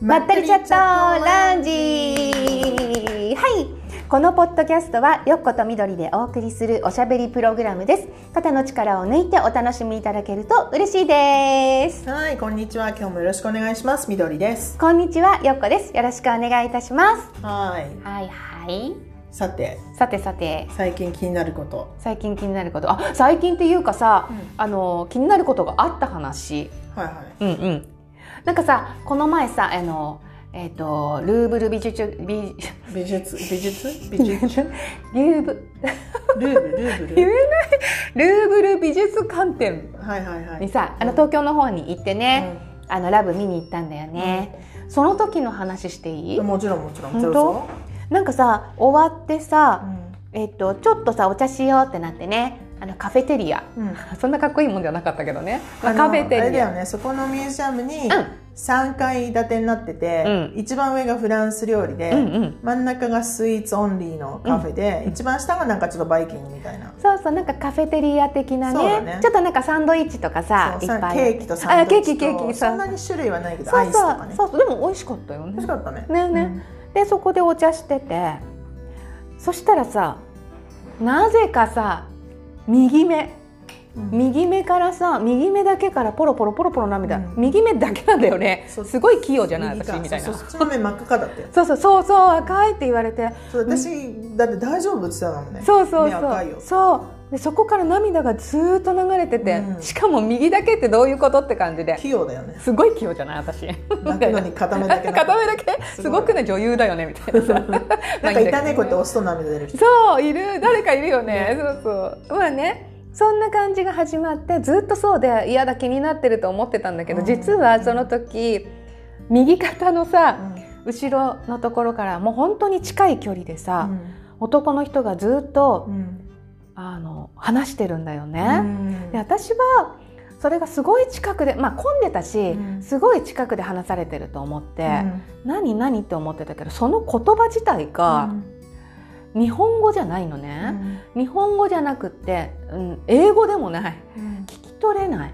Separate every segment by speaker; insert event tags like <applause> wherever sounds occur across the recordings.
Speaker 1: まったりチャットランジはいこのポッドキャストはよっことみどりでお送りするおしゃべりプログラムです肩の力を抜いてお楽しみいただけると嬉しいです
Speaker 2: はい、こんにちは。今日もよろしくお願いします。みどりです。
Speaker 1: こんにちはよっこですよろしくお願いいたします
Speaker 2: はい。
Speaker 1: はいはい
Speaker 2: さて、
Speaker 1: さてさて
Speaker 2: 最近気になること。
Speaker 1: 最近気になることあ最近っていうかさ、
Speaker 2: うん
Speaker 1: あの気になることがあった話
Speaker 2: はいはい。
Speaker 1: うんうんなんかさこの前さあのえっ、とルーブル美術 <laughs> 美
Speaker 2: 美術、美術、美
Speaker 1: <laughs>
Speaker 2: 術。
Speaker 1: ルーブ
Speaker 2: ルーブ、ルーブ、ルー
Speaker 1: ルーブル美術館展
Speaker 2: ブ。はいはいは
Speaker 1: に
Speaker 2: い。
Speaker 1: さあの
Speaker 2: うん
Speaker 1: 東京の方に行ってね、あのラブ見に行ったんだよね、その時の話していい、
Speaker 2: うんもちろんもちろん。
Speaker 1: 本当
Speaker 2: どうぞ
Speaker 1: なんかさ終わって
Speaker 2: う
Speaker 1: さ、
Speaker 2: ん
Speaker 1: えっとちょっとさお茶しようってなってねあのカフェテリア
Speaker 2: うん。
Speaker 1: そんなかっこいいもんではなかったけどね、ま
Speaker 2: あ
Speaker 1: あ、
Speaker 2: の
Speaker 1: カフェ
Speaker 2: あ
Speaker 1: テ
Speaker 2: れ
Speaker 1: リ
Speaker 2: だよ
Speaker 1: ア、
Speaker 2: ね。そこのミュージアムに
Speaker 1: うん
Speaker 2: 三階建てになってて、
Speaker 1: うん
Speaker 2: 一番上がフランス料理で。
Speaker 1: うんうん
Speaker 2: 真ん中がスイーツオンリーのカフェで、
Speaker 1: うん
Speaker 2: 一番下がなんかちょっとバイキングみたいな、
Speaker 1: そうそうなんかカフェテリア的な
Speaker 2: そうだ
Speaker 1: ね
Speaker 2: ね
Speaker 1: ちょっとなんかサンドイッチとかさい
Speaker 2: そう
Speaker 1: っぱい
Speaker 2: ケーキとサンドイッ
Speaker 1: あ
Speaker 2: チと
Speaker 1: ケーキケーキ
Speaker 2: そんなに種類はないけど
Speaker 1: そ
Speaker 2: ア
Speaker 1: う
Speaker 2: イスと
Speaker 1: そ
Speaker 2: か
Speaker 1: う
Speaker 2: ね
Speaker 1: そうそうでも美味しかったよ
Speaker 2: 美味
Speaker 1: ね
Speaker 2: しかったね
Speaker 1: ねね、でそこでお茶しててそしたらさなぜかさ右目
Speaker 2: うん
Speaker 1: 右目からさ右目だけからポロポロポロポロ涙、
Speaker 2: うん
Speaker 1: 右目だけなんだよね
Speaker 2: そう
Speaker 1: すごい器用じゃない
Speaker 2: 右か
Speaker 1: 私みたいな
Speaker 2: そ
Speaker 1: そうう
Speaker 2: そうそっちの目真っ赤かだって
Speaker 1: そうそうそう赤いって言われて
Speaker 2: そう私、だって大丈夫って言ってたもんね
Speaker 1: そうそう
Speaker 2: 目
Speaker 1: そ
Speaker 2: 赤いよ
Speaker 1: うそうでそこから涙がずーっと流れてて、
Speaker 2: うん
Speaker 1: しかも右だけってどういうことって感じで
Speaker 2: 器用だよね
Speaker 1: すごい器用じゃない私
Speaker 2: 泣くのに片目だ
Speaker 1: <laughs>
Speaker 2: け
Speaker 1: 片目だけ
Speaker 2: すごい
Speaker 1: すごくね女優だよねみたいなさ
Speaker 2: <laughs> なんかいた猫って押すと涙出る人
Speaker 1: そういる誰かいるよねそうそうまあねそんな感じが始まってずっとそうで嫌だ気になってると思ってたんだけど、
Speaker 2: うん
Speaker 1: 実はその時右肩の
Speaker 2: う
Speaker 1: さ
Speaker 2: ん
Speaker 1: 後ろのところからもう本当に近い距離でさ、
Speaker 2: う
Speaker 1: 男の人がずっと、
Speaker 2: ん
Speaker 1: あの話してるんだよ
Speaker 2: う
Speaker 1: ね。
Speaker 2: ん
Speaker 1: で私はそれがすごい近くで、まあ、混んでたし、
Speaker 2: うん
Speaker 1: すごい近くで話されてると思って、何何って思ってたけどその言葉自体
Speaker 2: う
Speaker 1: が
Speaker 2: ん
Speaker 1: 日本語じゃないのね。日本語じゃなくって、うん、英語でもない
Speaker 2: うん
Speaker 1: 聞き取れない、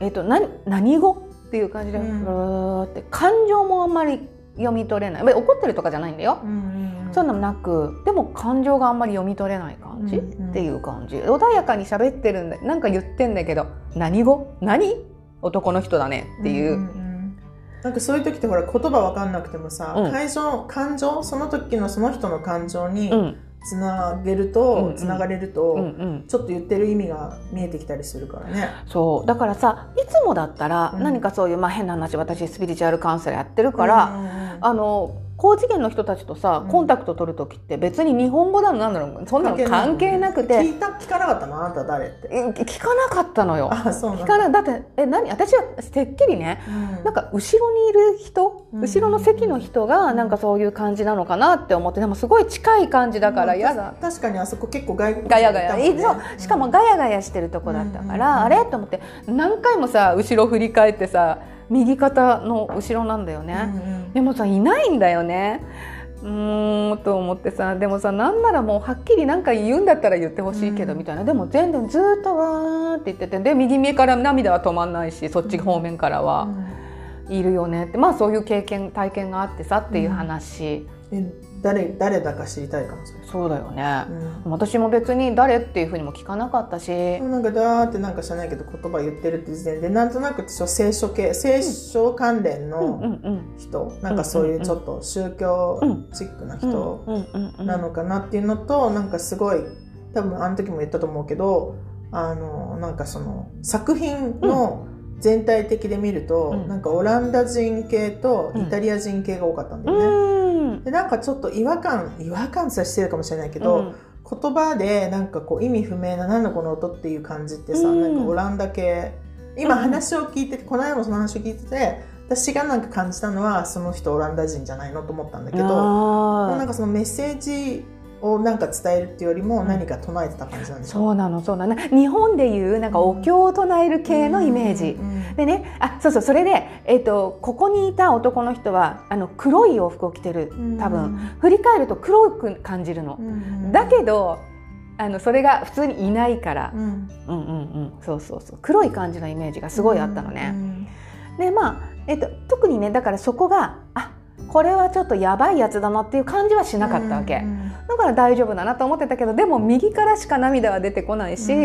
Speaker 1: えっとな何語っていう感じで、
Speaker 2: う
Speaker 1: ブ
Speaker 2: ん
Speaker 1: ルーって感情もあんまり読み取れないまあ怒ってるとかじゃないんだよ
Speaker 2: う、んうん
Speaker 1: そんなのなくでも感情があんまり読み取れない感じ、
Speaker 2: うんうん
Speaker 1: っていう感じ穏やかに喋ってるんだなんか言ってんだけど何語何男の人だねっていう、
Speaker 2: んんなんかそういう時ってほら言葉わかんなくてもさ、
Speaker 1: うん
Speaker 2: 会場感情その時のその人の感情に
Speaker 1: うん
Speaker 2: つなげる
Speaker 1: うんう
Speaker 2: と
Speaker 1: ん
Speaker 2: つな、がれる
Speaker 1: うんう
Speaker 2: と、
Speaker 1: ん
Speaker 2: ちょっと言ってる意味が見えてきたりするからね。
Speaker 1: そうだからさいつもだったら
Speaker 2: うん
Speaker 1: 何かそういう、まあ、変な話私スピリチュアルカウンセラーやってるから、あの高次元の人たちとさ
Speaker 2: うん
Speaker 1: コンタクト取る時って別に日本語だのなんだろうそんなの関係なくて
Speaker 2: 聞いた聞かなかったのあなた誰って
Speaker 1: え聞かなかったのよ。
Speaker 2: あそうな
Speaker 1: 聞
Speaker 2: ん
Speaker 1: か
Speaker 2: だ、
Speaker 1: なだってえ何私はてっきりね
Speaker 2: うん、
Speaker 1: なんか後ろにいる人
Speaker 2: うん
Speaker 1: 後ろの席の人がなんかそういう感じなのかなって思ってでもすごい近い感じだから嫌だ
Speaker 2: うん確かにあそこ結構外国人
Speaker 1: ガヤガ
Speaker 2: い
Speaker 1: ヤ、
Speaker 2: たもん
Speaker 1: え
Speaker 2: ね
Speaker 1: そうしかもガヤガヤしてるとこだったから、
Speaker 2: うん
Speaker 1: あれと思って何回もさ後ろ振り返ってさ右肩の後ろなんだよね。
Speaker 2: うん
Speaker 1: でもさいないんだよねうーんと思ってさでもさなんならもうはっきり何か言うんだったら言ってほしいけど
Speaker 2: うん
Speaker 1: みたいな、でも全然ずっとわーって言っててで右目から涙は止まんないしそっち方面から
Speaker 2: う
Speaker 1: は
Speaker 2: ん
Speaker 1: いるよねってまあそういう経験体験があってさっていう話、
Speaker 2: え誰誰だか知りたいかもしれない、
Speaker 1: そうだよね
Speaker 2: う、ん
Speaker 1: 私も別に誰っていうふうにも聞かなかったし、
Speaker 2: でもなんかだーってなんか知らないけど言葉言ってるって時点でなんとなく私は聖書系聖書関連
Speaker 1: うん、うんう
Speaker 2: の
Speaker 1: ん
Speaker 2: 人、なんかそういうちょっと宗教チックな
Speaker 1: うん
Speaker 2: 人
Speaker 1: うんうんうん
Speaker 2: なのかなっていうのとなんかすごい多分あの時も言ったと思うけどあのなんかその作品の全体的で見ると、
Speaker 1: うん
Speaker 2: なんかオランダ人系とイタリア人系が多かったんだよね。
Speaker 1: うん
Speaker 2: でなんかちょっと違和感違和感さしてるかもしれないけど、
Speaker 1: うん
Speaker 2: 言葉でなんかこう意味不明な何のこの音っていう感じってさ、
Speaker 1: うん
Speaker 2: なんかオランダ系今
Speaker 1: うん
Speaker 2: 話を聞いててこの間もその話を聞いてて私がなんか感じたのはその人オランダ人じゃないのと思ったんだけど
Speaker 1: あー
Speaker 2: なんかそのメッセージをなんか伝えるっていうよりも何か唱えてた感じなんですよ。
Speaker 1: そうなのそうなの日本でいうなんかお経を唱える系のイメージ、
Speaker 2: うんうん
Speaker 1: でねあそうそうそれで、えっとここにいた男の人はあの黒い洋服を着てる
Speaker 2: うん
Speaker 1: 多分、振り返ると黒く感じるの
Speaker 2: う、ん
Speaker 1: だけどあのそれが普通にいないから
Speaker 2: う、ん
Speaker 1: うんうんうんそうそうそう黒い感じのイメージがすごいあったのね、
Speaker 2: うん
Speaker 1: でまあえっと、特にねだからそこがあこれはちょっとやばいやつだなっていう感じはしなかったわけ、
Speaker 2: うん
Speaker 1: だから大丈夫だなと思ってたけどでも右からしか涙は出てこないし、
Speaker 2: うん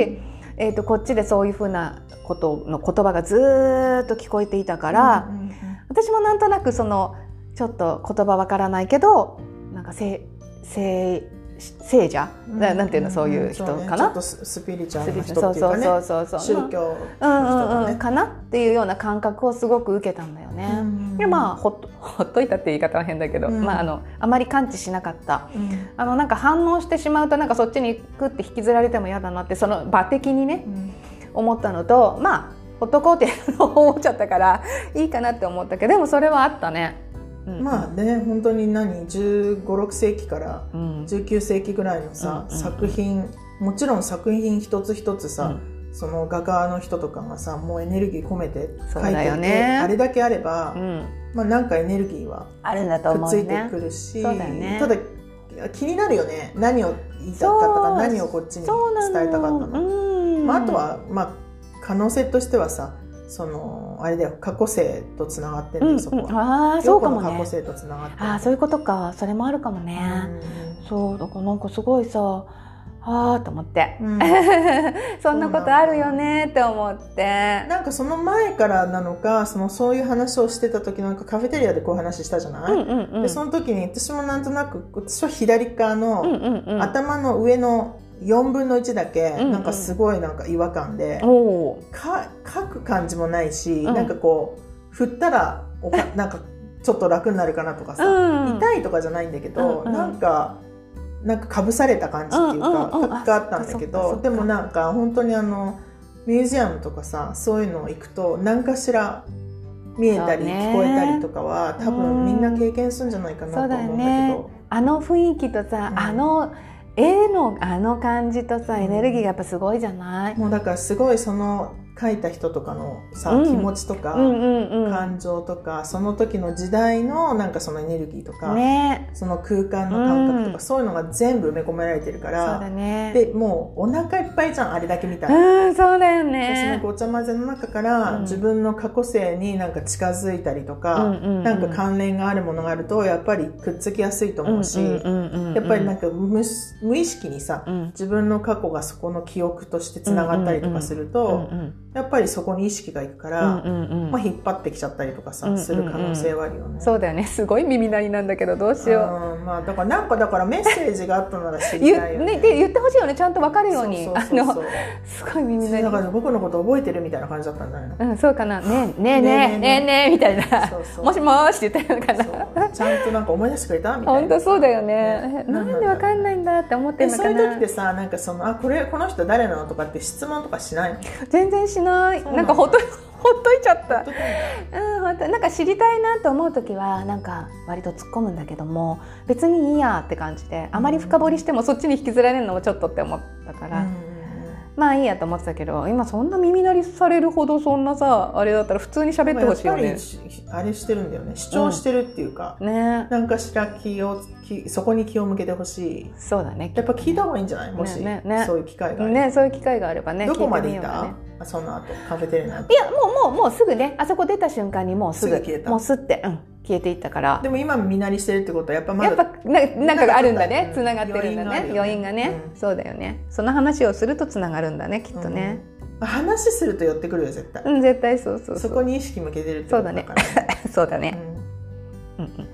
Speaker 1: えっとこっちでそういうふうなことの言葉がずーっと聞こえていたから、
Speaker 2: うんうん
Speaker 1: 私もなんとなくそのちょっと言葉わからないけどなんか聖聖聖者、
Speaker 2: うん
Speaker 1: ななんていうのそういう人
Speaker 2: そね
Speaker 1: か
Speaker 2: ちょ
Speaker 1: な
Speaker 2: っとススピリチュア
Speaker 1: そ
Speaker 2: ル
Speaker 1: う
Speaker 2: な
Speaker 1: そ
Speaker 2: 人
Speaker 1: うそうそうそう
Speaker 2: っていうかね宗教
Speaker 1: うんう
Speaker 2: の人
Speaker 1: ん
Speaker 2: と
Speaker 1: うん
Speaker 2: ね
Speaker 1: かなっていうような感覚をすごく受けたんだよね。
Speaker 2: うん
Speaker 1: でまあほっとほっといたって言い方は変だけど、
Speaker 2: うん
Speaker 1: まあ、あのあまり感知しなかった
Speaker 2: うん
Speaker 1: あのなんか反応してしまうとなんかそっちに行くって引きずられても嫌だなってその場的にね
Speaker 2: うん
Speaker 1: 思ったのとまあほっとこうって思っちゃったからいいかなって思ったけどでもそれはあったね。うん
Speaker 2: まあね本当に何1 5 6世紀から
Speaker 1: うん
Speaker 2: 19世紀ぐらいのさ、
Speaker 1: うんうんうん
Speaker 2: 作品もちろん作品一つ一つさ、
Speaker 1: う
Speaker 2: その画家の人とかがさもうエネルギー込めて
Speaker 1: そ
Speaker 2: 書
Speaker 1: う
Speaker 2: いて
Speaker 1: だ
Speaker 2: い
Speaker 1: よ
Speaker 2: て、
Speaker 1: ね
Speaker 2: あれだけあれば、
Speaker 1: うん、
Speaker 2: まあ、なんかエネルギーは
Speaker 1: あるんだと
Speaker 2: く
Speaker 1: 思
Speaker 2: っ
Speaker 1: う
Speaker 2: ついて
Speaker 1: ね
Speaker 2: く。るし、
Speaker 1: そうだよね
Speaker 2: ただ気になるよね何を言いたかった
Speaker 1: そう
Speaker 2: か何をこっちに
Speaker 1: そうなの
Speaker 2: 伝えたかったの
Speaker 1: うん
Speaker 2: まあ、あとは、まあ、可能性としてはさそのあれだよ過去性とつながってる
Speaker 1: うんん
Speaker 2: だ
Speaker 1: う
Speaker 2: よ、そこは。
Speaker 1: ん、ああそうかも
Speaker 2: 陽子の過
Speaker 1: ね
Speaker 2: 去。性とつながってる
Speaker 1: ああそういうことかそれもあるかもね。そうだからなんかすごいさあーと思
Speaker 2: <laughs>
Speaker 1: って、
Speaker 2: うんうん
Speaker 1: そんなことあるよねって思って
Speaker 2: なんかその前からなのかそのそういう話をしてた時なんかカフェテリアでこういう話したじゃな
Speaker 1: う
Speaker 2: い、
Speaker 1: んうんうん
Speaker 2: でその時に私もなんとなく私は左側
Speaker 1: うん
Speaker 2: の
Speaker 1: うんうん
Speaker 2: 頭の上の4分の1だけ
Speaker 1: んうん
Speaker 2: なんかすごいなんか違和感で、
Speaker 1: おー
Speaker 2: か書く感じもないし、
Speaker 1: ん
Speaker 2: なんかこう振ったらおかなんかちょっと楽になるかなとかさ、
Speaker 1: うん
Speaker 2: 痛いとかじゃないんだけど、
Speaker 1: うんうん
Speaker 2: なんかなんかかぶされた感じっていうか、
Speaker 1: うんうんうんあ
Speaker 2: があったんだけ
Speaker 1: そっかそっ
Speaker 2: ど
Speaker 1: か
Speaker 2: でもなんか本当にあのミュージアムとかさそういうの行くと何かしら見えたり
Speaker 1: そうね
Speaker 2: 聞こえたりとかは、
Speaker 1: う
Speaker 2: 多
Speaker 1: ん
Speaker 2: 分みんな経験するんじゃないかなと思うんだけ
Speaker 1: そ
Speaker 2: ど。
Speaker 1: あの雰囲気とさ、
Speaker 2: うん
Speaker 1: あの絵のあの感じとさ
Speaker 2: うん
Speaker 1: エネルギーがやっぱすごいじゃない、
Speaker 2: もうだからすごいその書いた人とかのさ、
Speaker 1: うん
Speaker 2: 気持ちとか、
Speaker 1: うん、うんうん
Speaker 2: 感情とかその時の時代のなんかそのエネルギーとか、
Speaker 1: ね
Speaker 2: その空間の感覚とか、
Speaker 1: うん
Speaker 2: そういうのが全部埋め込められてるか
Speaker 1: そう
Speaker 2: ら
Speaker 1: だね
Speaker 2: でもうお腹いっぱいじゃんあれだけ見たら。
Speaker 1: うんそうだよ
Speaker 2: でその
Speaker 1: ね
Speaker 2: ごちゃ混ぜの中から、
Speaker 1: うん
Speaker 2: 自分の過去性になんか近づいたりとか、
Speaker 1: うんうんうん
Speaker 2: なんか関連があるものがあるとやっぱりくっつきやすいと思うし、やっぱりなん
Speaker 1: か、
Speaker 2: か無無意識にさ、
Speaker 1: うん
Speaker 2: 自分の過去がそこの記憶としてつながったりとかすると、
Speaker 1: うんうん
Speaker 2: やっぱりそこに意識がいくか
Speaker 1: う
Speaker 2: ら、
Speaker 1: んうんうん
Speaker 2: まあ、引っ張ってきちゃったりとかさ、
Speaker 1: うんうんうん
Speaker 2: する可能性はあるよね。
Speaker 1: そうだよねすごい耳鳴りなんだけどどうしよう。
Speaker 2: うんまあ、だからなんかだからメッセージがあったなら知り
Speaker 1: 言
Speaker 2: たいよ
Speaker 1: ね、で言ってほしいよねちゃんとわかるように
Speaker 2: そう
Speaker 1: あ
Speaker 2: そうそうそ
Speaker 1: の
Speaker 2: う
Speaker 1: すごい耳鳴
Speaker 2: だか
Speaker 1: り
Speaker 2: ら僕のこと覚えてるみたいな感じだったんじゃないの
Speaker 1: うんそうかなねえねえねえねえね
Speaker 2: ねえねえ
Speaker 1: えみたいな
Speaker 2: そうそう
Speaker 1: もしもーしって言ったのか
Speaker 2: そ
Speaker 1: な
Speaker 2: うちゃんとなんか思い出してくれたみたいな
Speaker 1: 本当そうだよね
Speaker 2: ね
Speaker 1: えなんでわかんないんだって思って
Speaker 2: で
Speaker 1: るの
Speaker 2: そう
Speaker 1: か
Speaker 2: いう時
Speaker 1: な
Speaker 2: ってさなんかそのあこれこの人誰なのとかって質問とかしないの
Speaker 1: 全然しない
Speaker 2: そうな
Speaker 1: なん
Speaker 2: だ
Speaker 1: んかほっ
Speaker 2: <laughs>
Speaker 1: とほっといちゃった
Speaker 2: 特に
Speaker 1: うん本当なんか知りたいなと思う時はなんか割と突っ込むんだけども別にいいやって感じであまり深掘りしてもそっちに引きずられるのもちょっとって思ったから、まあいいやと思ってたけど今そんな耳鳴りされるほどそんなさあれだったら普通に喋ってほしいよ
Speaker 2: やっぱ
Speaker 1: ね
Speaker 2: り。しあれしてるんだよね主張してるっていうか、
Speaker 1: ね
Speaker 2: なんかしら気を気そこに気を向けてほしい
Speaker 1: そうだね。
Speaker 2: やっぱ聞いた方がいいんじゃないもし、
Speaker 1: ねね
Speaker 2: そういう機会があれば
Speaker 1: ねそういう機会があればね
Speaker 2: どこまで
Speaker 1: 聞
Speaker 2: い
Speaker 1: いてみよう
Speaker 2: た
Speaker 1: かね
Speaker 2: あその後カフェテレナ
Speaker 1: いやもうもうもうすぐねあそこ出た瞬間にもうすぐ
Speaker 2: すぐ消えた
Speaker 1: もうすって、うん、消えていったから
Speaker 2: でも今見なりしてるってことはやっぱま
Speaker 1: やっぱ
Speaker 2: だ
Speaker 1: ななんかがあるんだね
Speaker 2: なんか
Speaker 1: つ
Speaker 2: ちょっと
Speaker 1: ながってるんだね余
Speaker 2: うん
Speaker 1: 韻
Speaker 2: 余韻
Speaker 1: が
Speaker 2: が
Speaker 1: ね
Speaker 2: ね、
Speaker 1: そうだよねその話をするとつながるんだねきっとね、
Speaker 2: うん話すると寄ってくるよ絶対、
Speaker 1: うん、絶対そうそう
Speaker 2: そこに意識向けてるってことだから、
Speaker 1: そうだね、
Speaker 2: うん
Speaker 1: うん
Speaker 2: <laughs>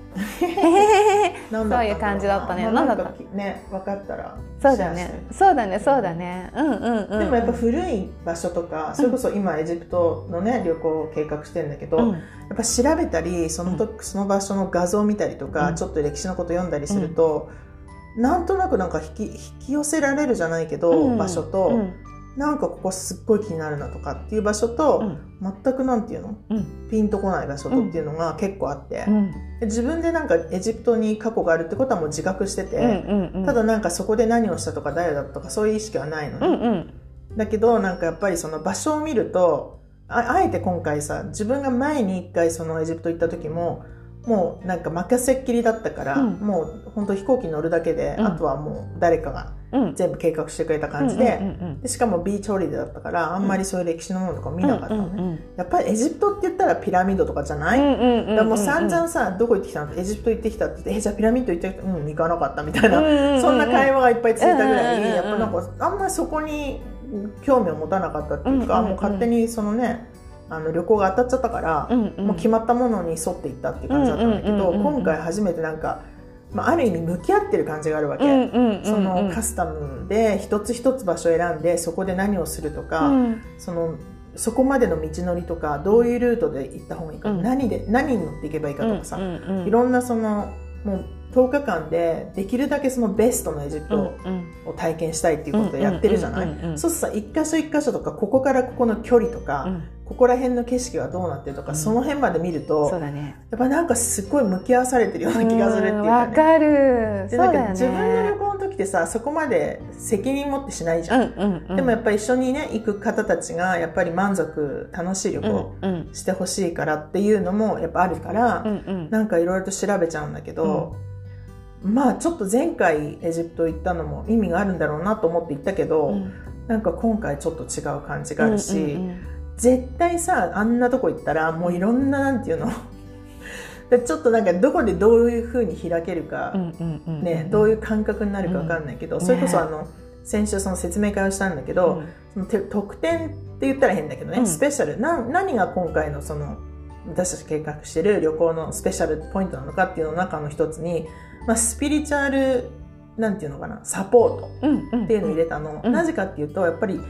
Speaker 1: うん、
Speaker 2: 何だったんろな
Speaker 1: そういう感じだったね
Speaker 2: まあ
Speaker 1: 何だ
Speaker 2: な
Speaker 1: った
Speaker 2: んかきね分かったら
Speaker 1: そうだ
Speaker 2: シェア
Speaker 1: ね
Speaker 2: し
Speaker 1: そうだねそうだねうんうんうん
Speaker 2: てでもやっぱ古い場所とか、それこそ今エジプトのね旅行を計画してるんだけど、
Speaker 1: うん
Speaker 2: やっぱ調べたりその時、その場所の画像を見たりとか、
Speaker 1: うん
Speaker 2: ちょっと歴史のこと読んだりすると、なんとなくなんか引き引き寄せられるじゃないけど、
Speaker 1: うん
Speaker 2: 場所と、
Speaker 1: うん
Speaker 2: なんかここすっごい気になるなとかっていう場所と、
Speaker 1: うん
Speaker 2: 全くなんていうの、
Speaker 1: うん
Speaker 2: ピンとこない場所とっていうのが結構あって、
Speaker 1: うん
Speaker 2: で自分でなんかエジプトに過去があるってことはもう自覚してて、
Speaker 1: うんうんうん
Speaker 2: ただなんかそこで何をしたとか誰だとかそういう意識はないの
Speaker 1: う
Speaker 2: ね、
Speaker 1: んうん
Speaker 2: だけどなんかやっぱりその場所を見るとああえて今回さ自分が前に一回そのエジプト行った時ももうなんか任せっきりだったから、
Speaker 1: うん
Speaker 2: もう本当飛行機乗るだけで、
Speaker 1: うん
Speaker 2: あとはもう誰かが
Speaker 1: うん
Speaker 2: 全部計画してくれた感じで,、
Speaker 1: うんうんうん
Speaker 2: でしかもビーチホリデーだったからあんまりそういう歴史のものとか見なかったのね、
Speaker 1: うんうんうん
Speaker 2: やっぱりエジプトって言ったらピラミッドとかじゃない、
Speaker 1: うんうんうん
Speaker 2: だからもう散々さ、どこ行ってきたのエジプト行ってきたって言って、え、じゃあピラミッド行ってきたうん、行かなかったみたいな、そんな会
Speaker 1: 話
Speaker 2: 話がいっぱいついたぐらい、
Speaker 1: うんうんうんうん
Speaker 2: やっぱなんか、あんまりそこに興味を持たなかったっていうか、
Speaker 1: うんうんうん
Speaker 2: もう勝手にそのね、あの旅行が当たっちゃったから、もう決まったものに沿っていったっていう感じだったんだけど、
Speaker 1: うんうんうんうん
Speaker 2: 今回初めてなんか、まあ、ある意味向き合ってる感じがあるわけ。そのカ
Speaker 1: ス
Speaker 2: スタムで一つ一つ場所を選んでそこで何をするとか、そのそこまでの道のりとかどういうルートで行った方がいいか、
Speaker 1: うん
Speaker 2: 何で何に乗っていけばいいかとかさ、い
Speaker 1: い
Speaker 2: ろんなそのもう10日間でできるだけそのベストのエジプトを体験したいっていうことをやってるじゃない、
Speaker 1: い
Speaker 2: そうするとさ一箇所一箇所とかここからここの距離とか、ここら辺の景色はどうなってるとか、
Speaker 1: うん
Speaker 2: その辺まで見ると
Speaker 1: そ
Speaker 2: や
Speaker 1: うだね
Speaker 2: っぱなんかすごい向き合わされてるような気がするっていうか、
Speaker 1: わ
Speaker 2: ね。
Speaker 1: かる
Speaker 2: で
Speaker 1: そう
Speaker 2: な
Speaker 1: だ
Speaker 2: んか
Speaker 1: よね
Speaker 2: 自分の旅行の時ってさそこまで責任持ってしないじゃん、
Speaker 1: うんうん
Speaker 2: でもやっぱり一緒にね行く方たちがやっぱり満足楽しい旅
Speaker 1: うん
Speaker 2: 行
Speaker 1: うん
Speaker 2: してほしいからっていうのもやっぱあるから、
Speaker 1: うんうん
Speaker 2: なんかいろいろと調べちゃうんだけど、まあちょっと前回エジプト行ったのも意味があるんだろうなと思って行ったけど、なんか今回ちょっと違う感じがあるし、
Speaker 1: うんうん
Speaker 2: 絶対さあんなとこ行ったらもういろんななんてい
Speaker 1: <laughs>
Speaker 2: うのでちょっとなんかどこでどういうふうに開けるか、
Speaker 1: うんうんうん
Speaker 2: ね、どういう感覚になるかわかんないけど、
Speaker 1: うん
Speaker 2: それこそあの、先週その説明会をしたんだけど、そのて特典って言ったら変だけどね、
Speaker 1: うん
Speaker 2: スペシャルな何が今回のその私たち計画してる旅行のスペシャルポイントなのかっていうのの中の一つに、まあ、スピリチュアルなんていうのかなサポート
Speaker 1: うんうん
Speaker 2: っていうのを入れたの、
Speaker 1: うん
Speaker 2: なぜかっていうとやっぱり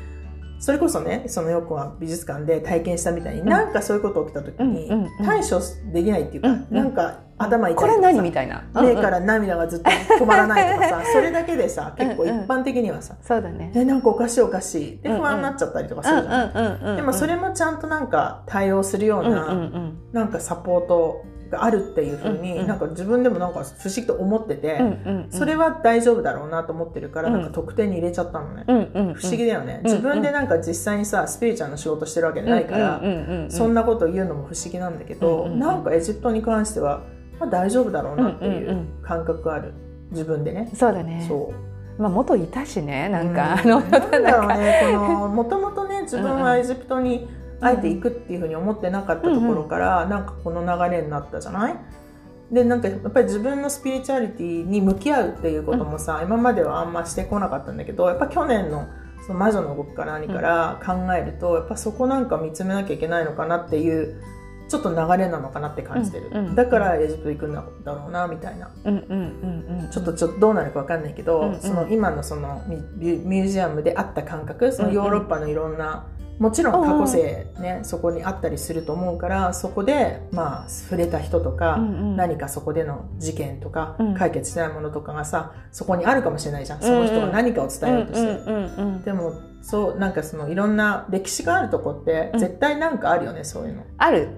Speaker 2: それこそねそのよくは美術館で体験したみたいに、
Speaker 1: ん
Speaker 2: なんかそういうこと起きた時に
Speaker 1: うんうんうん
Speaker 2: 対処できないっていうか、
Speaker 1: うんうん
Speaker 2: なんか頭痛いと
Speaker 1: こ
Speaker 2: かさ
Speaker 1: れ何みたいな
Speaker 2: 目か
Speaker 1: うんうん
Speaker 2: ら涙がずっと止まらないとかさそれだけでさ結構
Speaker 1: う
Speaker 2: 一
Speaker 1: んうん
Speaker 2: 般的にはさ
Speaker 1: そうだね
Speaker 2: えなんかおかしいおかしいで
Speaker 1: うんうん
Speaker 2: 不安になっちゃったりとかす
Speaker 1: うん
Speaker 2: る
Speaker 1: う
Speaker 2: じゃ
Speaker 1: ん
Speaker 2: ない、ん
Speaker 1: うんうん
Speaker 2: でもそれもちゃんとなんか対応するよう
Speaker 1: うんう
Speaker 2: な、
Speaker 1: んうん
Speaker 2: なんかサポートがあるっていうふうに、
Speaker 1: うんうん
Speaker 2: なんか自分でもなんか不思議と思ってて、
Speaker 1: うんうんうん
Speaker 2: それは大丈夫だろうなと思ってるから、
Speaker 1: うん
Speaker 2: なんか特典に入れちゃったのね、
Speaker 1: うんうんうん
Speaker 2: 不思議だよね、
Speaker 1: うん
Speaker 2: 自分でなんか実際にさスピリチュアルの仕事してるわけじゃないから、
Speaker 1: うんうんうんうん
Speaker 2: そんなことを言うのも不思議なんだけ
Speaker 1: うん
Speaker 2: ど、
Speaker 1: うんうん
Speaker 2: なんかエジプトに関しては、まあ、大丈夫だろうなってい
Speaker 1: んうん
Speaker 2: う感覚がある自分でね。
Speaker 1: そうだね
Speaker 2: そう
Speaker 1: まあ元いたしねなんか、
Speaker 2: うん
Speaker 1: あの
Speaker 2: なんだろう
Speaker 1: か
Speaker 2: ねこのもともとね自分
Speaker 1: うん
Speaker 2: は
Speaker 1: うん
Speaker 2: エジプトにあえて行くっていうふうに思ってなかったところから、なんかこの流れになったじゃないでなんかやっぱり自分のスピリチュアリティに向き合うっていうこともさ、今まではあんましてこなかったんだけどやっぱ去年のその魔女の動きから何から考えると、やっぱそこなんか見つめなきゃいけないのかなっていうちょっと流れなのかなって感じてる、
Speaker 1: うんうん
Speaker 2: だからエジプト行くんだろうなみたいな
Speaker 1: うんうんうんうん
Speaker 2: ちょっとちょっとどうなるかわかんないけど、
Speaker 1: うんうん
Speaker 2: その今のそのミミュミュージアムであった感覚そのヨーロッパのいろんな、もちろん過去性ね、そこにあったりすると思うからそこでまあ触れた人とか、
Speaker 1: うんうん
Speaker 2: 何かそこでの事件とか、
Speaker 1: うん
Speaker 2: 解決してないものとかがさそこにあるかもしれないじゃんその人が何かを伝えようとしてる。
Speaker 1: うんうんうんうん
Speaker 2: でもそうなんかそのいろんな歴史があるとこって
Speaker 1: うん
Speaker 2: 絶対なんかあるよね、そういうの、
Speaker 1: ある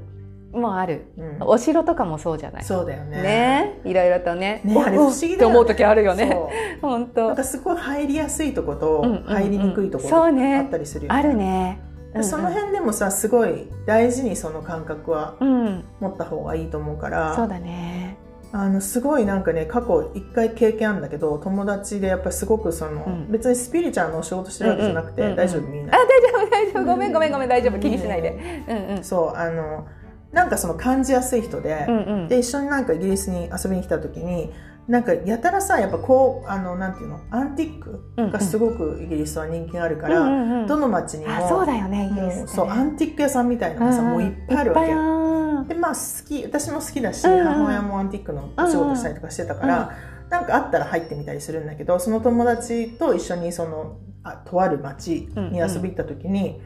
Speaker 1: もうある
Speaker 2: うん
Speaker 1: お城とかもそうじゃない
Speaker 2: そうだよね
Speaker 1: ねいろいろとね
Speaker 2: ねあれ不思議だよね
Speaker 1: って思う時あるよね
Speaker 2: そう
Speaker 1: 本
Speaker 2: なん
Speaker 1: 当
Speaker 2: かすごい入りやすいとこ
Speaker 1: うんうん
Speaker 2: と
Speaker 1: うん
Speaker 2: 入りにくいとこ
Speaker 1: そう
Speaker 2: ろ
Speaker 1: ね
Speaker 2: があったりするよね。
Speaker 1: あるねうん
Speaker 2: その辺でもさすごい大事にその感覚は
Speaker 1: うんうん
Speaker 2: 持った方がいいと思うか
Speaker 1: そう
Speaker 2: ら
Speaker 1: だね
Speaker 2: あのすごいなんかね過去一回経験あるんだけど友達でやっぱりすごくその、
Speaker 1: うん
Speaker 2: 別にスピリチュアルのお仕事してるわけじゃなくて、
Speaker 1: うんうん
Speaker 2: 大丈夫みん
Speaker 1: あ
Speaker 2: な、
Speaker 1: 大丈夫大丈 <laughs> 夫ごめんごめんごめん大丈夫気にしないでうんうん
Speaker 2: そうあのなんかその感じやすい人で、
Speaker 1: うんうん
Speaker 2: で一緒になんかイギリスに遊びに来た時になんかやたらさやっぱこうあのなんていうのアンティークがすごくイギリスは人気があるから、
Speaker 1: うんうんうん
Speaker 2: どの町にも
Speaker 1: あそうだよねイギリスってね
Speaker 2: もうそうアンティーク屋さんみたいなのがさ、
Speaker 1: んん
Speaker 2: もういっぱいあるわ
Speaker 1: いっ
Speaker 2: け
Speaker 1: ぱいある
Speaker 2: でまあ好き私も好きだし、
Speaker 1: うんうん
Speaker 2: 母親もアンティークのお仕事したりとかしてたから、なんかあったら入ってみたりするんだけどその友達と一緒にそのあとある町に遊び行った時に、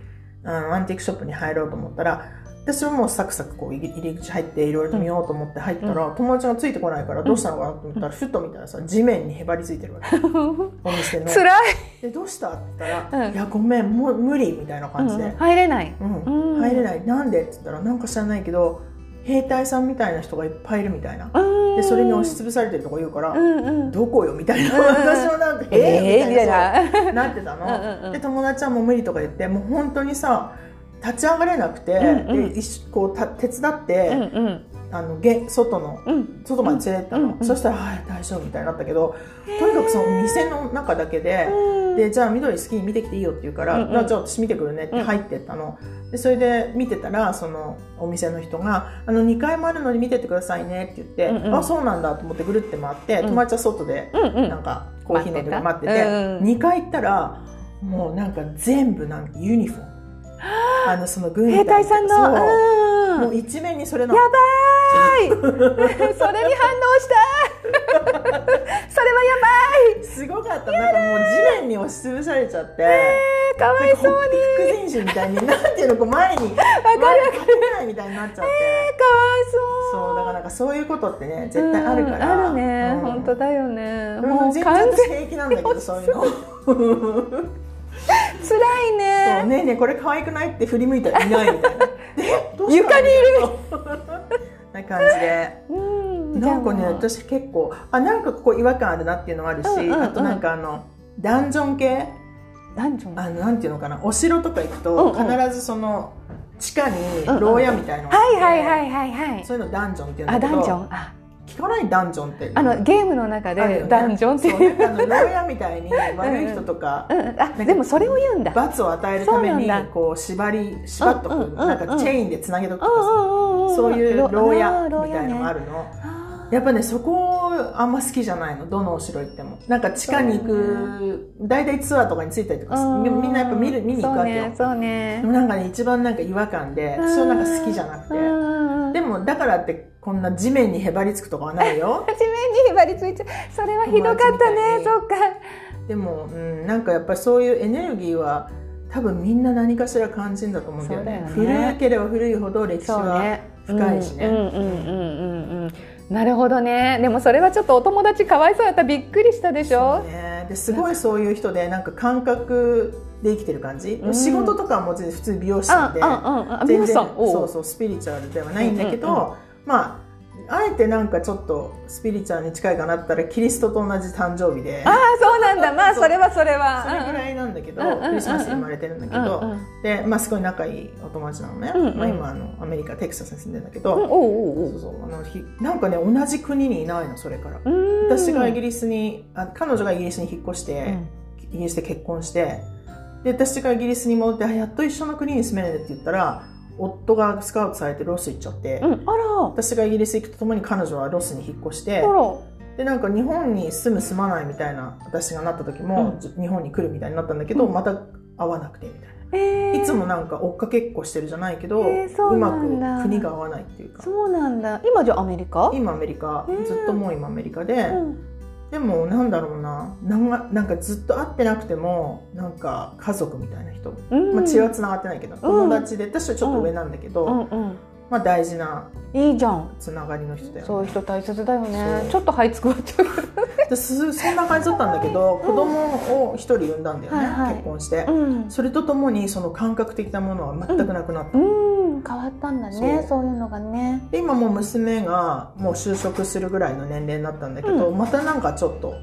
Speaker 2: あのアンティークショップに入ろうと思ったら私ももうサクサクこう入り入り口入っていろいろと見ようと思って入ったら、友達がついてこないからどうしたのかなと思ったら、ふっと見たらさ地面にへばりついてるわ
Speaker 1: <laughs>
Speaker 2: けお店の。
Speaker 1: つらい
Speaker 2: でどうしたって言ったら「
Speaker 1: うん
Speaker 2: いやごめんもう無理」みたいな感じで。
Speaker 1: うん入れない
Speaker 2: うん
Speaker 1: うん
Speaker 2: 入れないなんでって言ったらなんか知らないけど兵隊さんみたいな人がいっぱいいるみたいな
Speaker 1: で
Speaker 2: でそれに押しつぶされてるとか言うから、
Speaker 1: うんうん
Speaker 2: どこよみたいな、
Speaker 1: うんうん
Speaker 2: 私もなんかえ
Speaker 1: え
Speaker 2: え
Speaker 1: ー
Speaker 2: み
Speaker 1: み
Speaker 2: た
Speaker 1: た
Speaker 2: い
Speaker 1: いな
Speaker 2: なそうなってたの
Speaker 1: うんうんうん
Speaker 2: で友達はもう無理とか言ってもう本当にさ立ち上がれなくて、
Speaker 1: うんうん
Speaker 2: で一緒こうた手伝って、
Speaker 1: うんうん
Speaker 2: あのげ外の
Speaker 1: うん
Speaker 2: 外まで連れてった
Speaker 1: うん
Speaker 2: の、
Speaker 1: うん
Speaker 2: そしたら「はい大丈夫」みたいになったけどとにかくその店の中だけで。でじゃあ緑好きに見てきていいよって言うから、
Speaker 1: うんうん
Speaker 2: じゃあ私見てくるねって入ってったの、でそれで見てたらそのお店の人が「あの2階もあるのに見てってくださいね」って言って「
Speaker 1: うんうん
Speaker 2: あそうなんだ」と思ってぐるって回って、
Speaker 1: うん
Speaker 2: 友達は外で
Speaker 1: うんうん
Speaker 2: なんかコーヒー飲んで
Speaker 1: 待ってた
Speaker 2: 待ってて、
Speaker 1: うん
Speaker 2: 2階行ったらもうなんか全部なんかユニフォームあのその軍
Speaker 1: 兵隊さんの
Speaker 2: そう
Speaker 1: うん
Speaker 2: もう一面にそれ
Speaker 1: や
Speaker 2: の
Speaker 1: ばーい <laughs> それに反応したいそれはやば
Speaker 2: すごかったなんかもう地面に押しつぶされちゃって、
Speaker 1: いかわ
Speaker 2: なん
Speaker 1: い
Speaker 2: か
Speaker 1: そうに
Speaker 2: 北福神社みたいになんていうのこう前に
Speaker 1: わかるかわい
Speaker 2: 前に入れないみたいになっちゃって、
Speaker 1: そう
Speaker 2: そうだからなんかそういうことってね絶対あるから、
Speaker 1: うんあるね、
Speaker 2: うん
Speaker 1: 本当だよね、
Speaker 2: うん
Speaker 1: もう
Speaker 2: 全
Speaker 1: 完
Speaker 2: 然
Speaker 1: 全
Speaker 2: 私平気なんだけどそういうのそう
Speaker 1: 辛いね
Speaker 2: ねえねえこれ可愛くないって振り向いたらいないみた
Speaker 1: <laughs>
Speaker 2: いなえどうした
Speaker 1: 床にい
Speaker 2: る <laughs> な感じで。
Speaker 1: うん
Speaker 2: なんかね
Speaker 1: <laughs> じゃあ
Speaker 2: 私結構あなんかここ違和感あるなっていうのもあるし、
Speaker 1: うんうんうん
Speaker 2: あとなんかあのダンジョン系
Speaker 1: ダンジョンは
Speaker 2: あのなんていうのかなお城とか行く
Speaker 1: う
Speaker 2: と
Speaker 1: んうん
Speaker 2: 必ずその地下に
Speaker 1: うん
Speaker 2: 牢屋みたいのがあっ
Speaker 1: い
Speaker 2: て
Speaker 1: はいはいはいはい
Speaker 2: そういうのダンジョンっていうん
Speaker 1: あ
Speaker 2: だけ
Speaker 1: ダ
Speaker 2: ど
Speaker 1: ンジョンあ
Speaker 2: 聞かないダンジョンって
Speaker 1: あのゲームの中
Speaker 2: あるよ
Speaker 1: で
Speaker 2: ね
Speaker 1: ダンジョンっていう
Speaker 2: そうなんかあの牢屋みたいに悪い人とか
Speaker 1: うんうんあでもそれを言うんだ
Speaker 2: 罰を与えるため
Speaker 1: そう
Speaker 2: に
Speaker 1: なんだ
Speaker 2: こう縛り縛っとく
Speaker 1: うんうんうんうん
Speaker 2: なんかチェーンでつなげとくとかさ
Speaker 1: そ
Speaker 2: そういう牢屋みたいのがあ
Speaker 1: る
Speaker 2: るの。やっぱねそこあんま好きじゃないのどのお城行ってもなんか地下に行く大体ツアーとかについたりとかみみんなやっぱ見る見に行くわけよ、
Speaker 1: そう
Speaker 2: で
Speaker 1: ね
Speaker 2: もなんかね一番なんか違和感で
Speaker 1: うん
Speaker 2: それなんか好きじゃなく
Speaker 1: そうね
Speaker 2: て
Speaker 1: うん
Speaker 2: でもだからってこんな地面にへばりつくとかはないよ
Speaker 1: 地面にひばりついちゃうそれはひどかったねそっか
Speaker 2: でも、うん、なんかやっぱりそういうエネルギーは多分みんな何かしら感じるんだと思うんだよね
Speaker 1: そうだよね
Speaker 2: 古ければ古いほど歴史
Speaker 1: そう
Speaker 2: は、
Speaker 1: ね
Speaker 2: 深いしね
Speaker 1: うんうんうんうんうんなるほどねでもそれはちょっとお友達かわいそうやったびっくりしたでし
Speaker 2: そう
Speaker 1: ょ
Speaker 2: ね、ですごいそういう人でなんか感覚で生きてる感じ、
Speaker 1: うん
Speaker 2: 仕事とかも全然普通美容師さ
Speaker 1: あ
Speaker 2: んで
Speaker 1: あああ美
Speaker 2: 全
Speaker 1: 容
Speaker 2: 然
Speaker 1: 師さんおう
Speaker 2: そうそうスピリチュアルではないんだけど、
Speaker 1: うんう
Speaker 2: まああえてなんかちょっとスピリチュアルに近いかなったらキリストと同じ誕生日で
Speaker 1: ああそうなんだまあ
Speaker 2: そう
Speaker 1: それはそれは
Speaker 2: それぐらいなんだけど、
Speaker 1: うんうんうんうん
Speaker 2: クリスマスに生まれてるんだけど、
Speaker 1: うんうん
Speaker 2: で、まあ、すごい仲いいお友達なのね、
Speaker 1: うんうん
Speaker 2: まあ、今あのアメリカテキサスに住んでるんだけ
Speaker 1: うん
Speaker 2: ど、
Speaker 1: おうおうお
Speaker 2: そう
Speaker 1: う
Speaker 2: そうあのひなんかね同じ国にいないのそれから。
Speaker 1: うん
Speaker 2: 私がイギリスにあ彼女がイギリスに引っ越して、イギリスで結婚してで私がイギリスに戻ってあやっと一緒の国に住めるねって言ったら夫がスカウトされてロス行っちゃって、
Speaker 1: うんうんあら
Speaker 2: 私がイギリス行くとともに彼女はロスに引っ越して
Speaker 1: あら
Speaker 2: でなんか日本に住む住まないみたいな私がなった時も、
Speaker 1: うん
Speaker 2: じ日本に来るみたいになったんだけど、
Speaker 1: うん
Speaker 2: また会わなくてみたい
Speaker 1: え
Speaker 2: な
Speaker 1: ー
Speaker 2: いつもなんか追っかけっこしてるじゃないけど、
Speaker 1: えーそう
Speaker 2: ま
Speaker 1: なんだ
Speaker 2: く国が合わないっていうか
Speaker 1: そうなんだ今じゃあアメリカ
Speaker 2: 今アメリカ、
Speaker 1: うん
Speaker 2: ずっともう今アメリカで、
Speaker 1: うん
Speaker 2: でもなんだろうななんかなんかずっと会ってなくてもなんか家族みたいな人、
Speaker 1: うん
Speaker 2: まあ、血はつながってないけど、友達で私はちょっと上なんだけど、
Speaker 1: うんうん
Speaker 2: まあ、大事ない
Speaker 1: いじゃん
Speaker 2: つながりの人だ
Speaker 1: そ
Speaker 2: よ
Speaker 1: ういう
Speaker 2: ね
Speaker 1: 人大切だよ
Speaker 2: そ
Speaker 1: ね
Speaker 2: う
Speaker 1: ちょっとはいつくばっちゃうけ
Speaker 2: ですそんな感じだったんだけど子供を一人産んだんだよね、
Speaker 1: はいはい
Speaker 2: 結婚して、
Speaker 1: どうん
Speaker 2: それとともにその感覚的なものは全くなくなった、
Speaker 1: うん変わったんだね
Speaker 2: そう
Speaker 1: そういうのがね
Speaker 2: で今もう娘がもう就職するぐらいの年齢になったんだけど、またなんかちょっと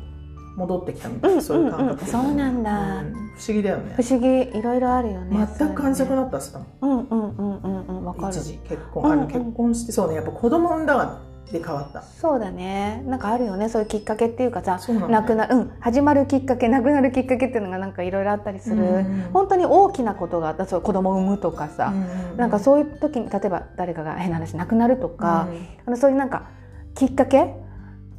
Speaker 2: 戻ってきたみたいな、そういう感覚的
Speaker 1: そうなんだ、
Speaker 2: うん不思議だよね
Speaker 1: 不思議いろいろあるよね
Speaker 2: 全く感じなく
Speaker 1: の
Speaker 2: なったっすだも
Speaker 1: う
Speaker 2: ん
Speaker 1: んうんうんうんうんわかる
Speaker 2: 一時結婚あ
Speaker 1: うんうん
Speaker 2: の結婚してそうねやっぱ子供産んだわで変わった
Speaker 1: そうだねなんかあるよねそういうきっかけっていうかさ
Speaker 2: そうなんだよ
Speaker 1: なくなうん始まるきっかけなくなるきっかけっていうのがなんかいろいろあったりする、
Speaker 2: うん
Speaker 1: 本当に大きなことがあったそう子供を産むとかさ、
Speaker 2: う
Speaker 1: なんかそういう時に例えば誰かが変な話亡くなるとか、あのそういうなんかきっかけ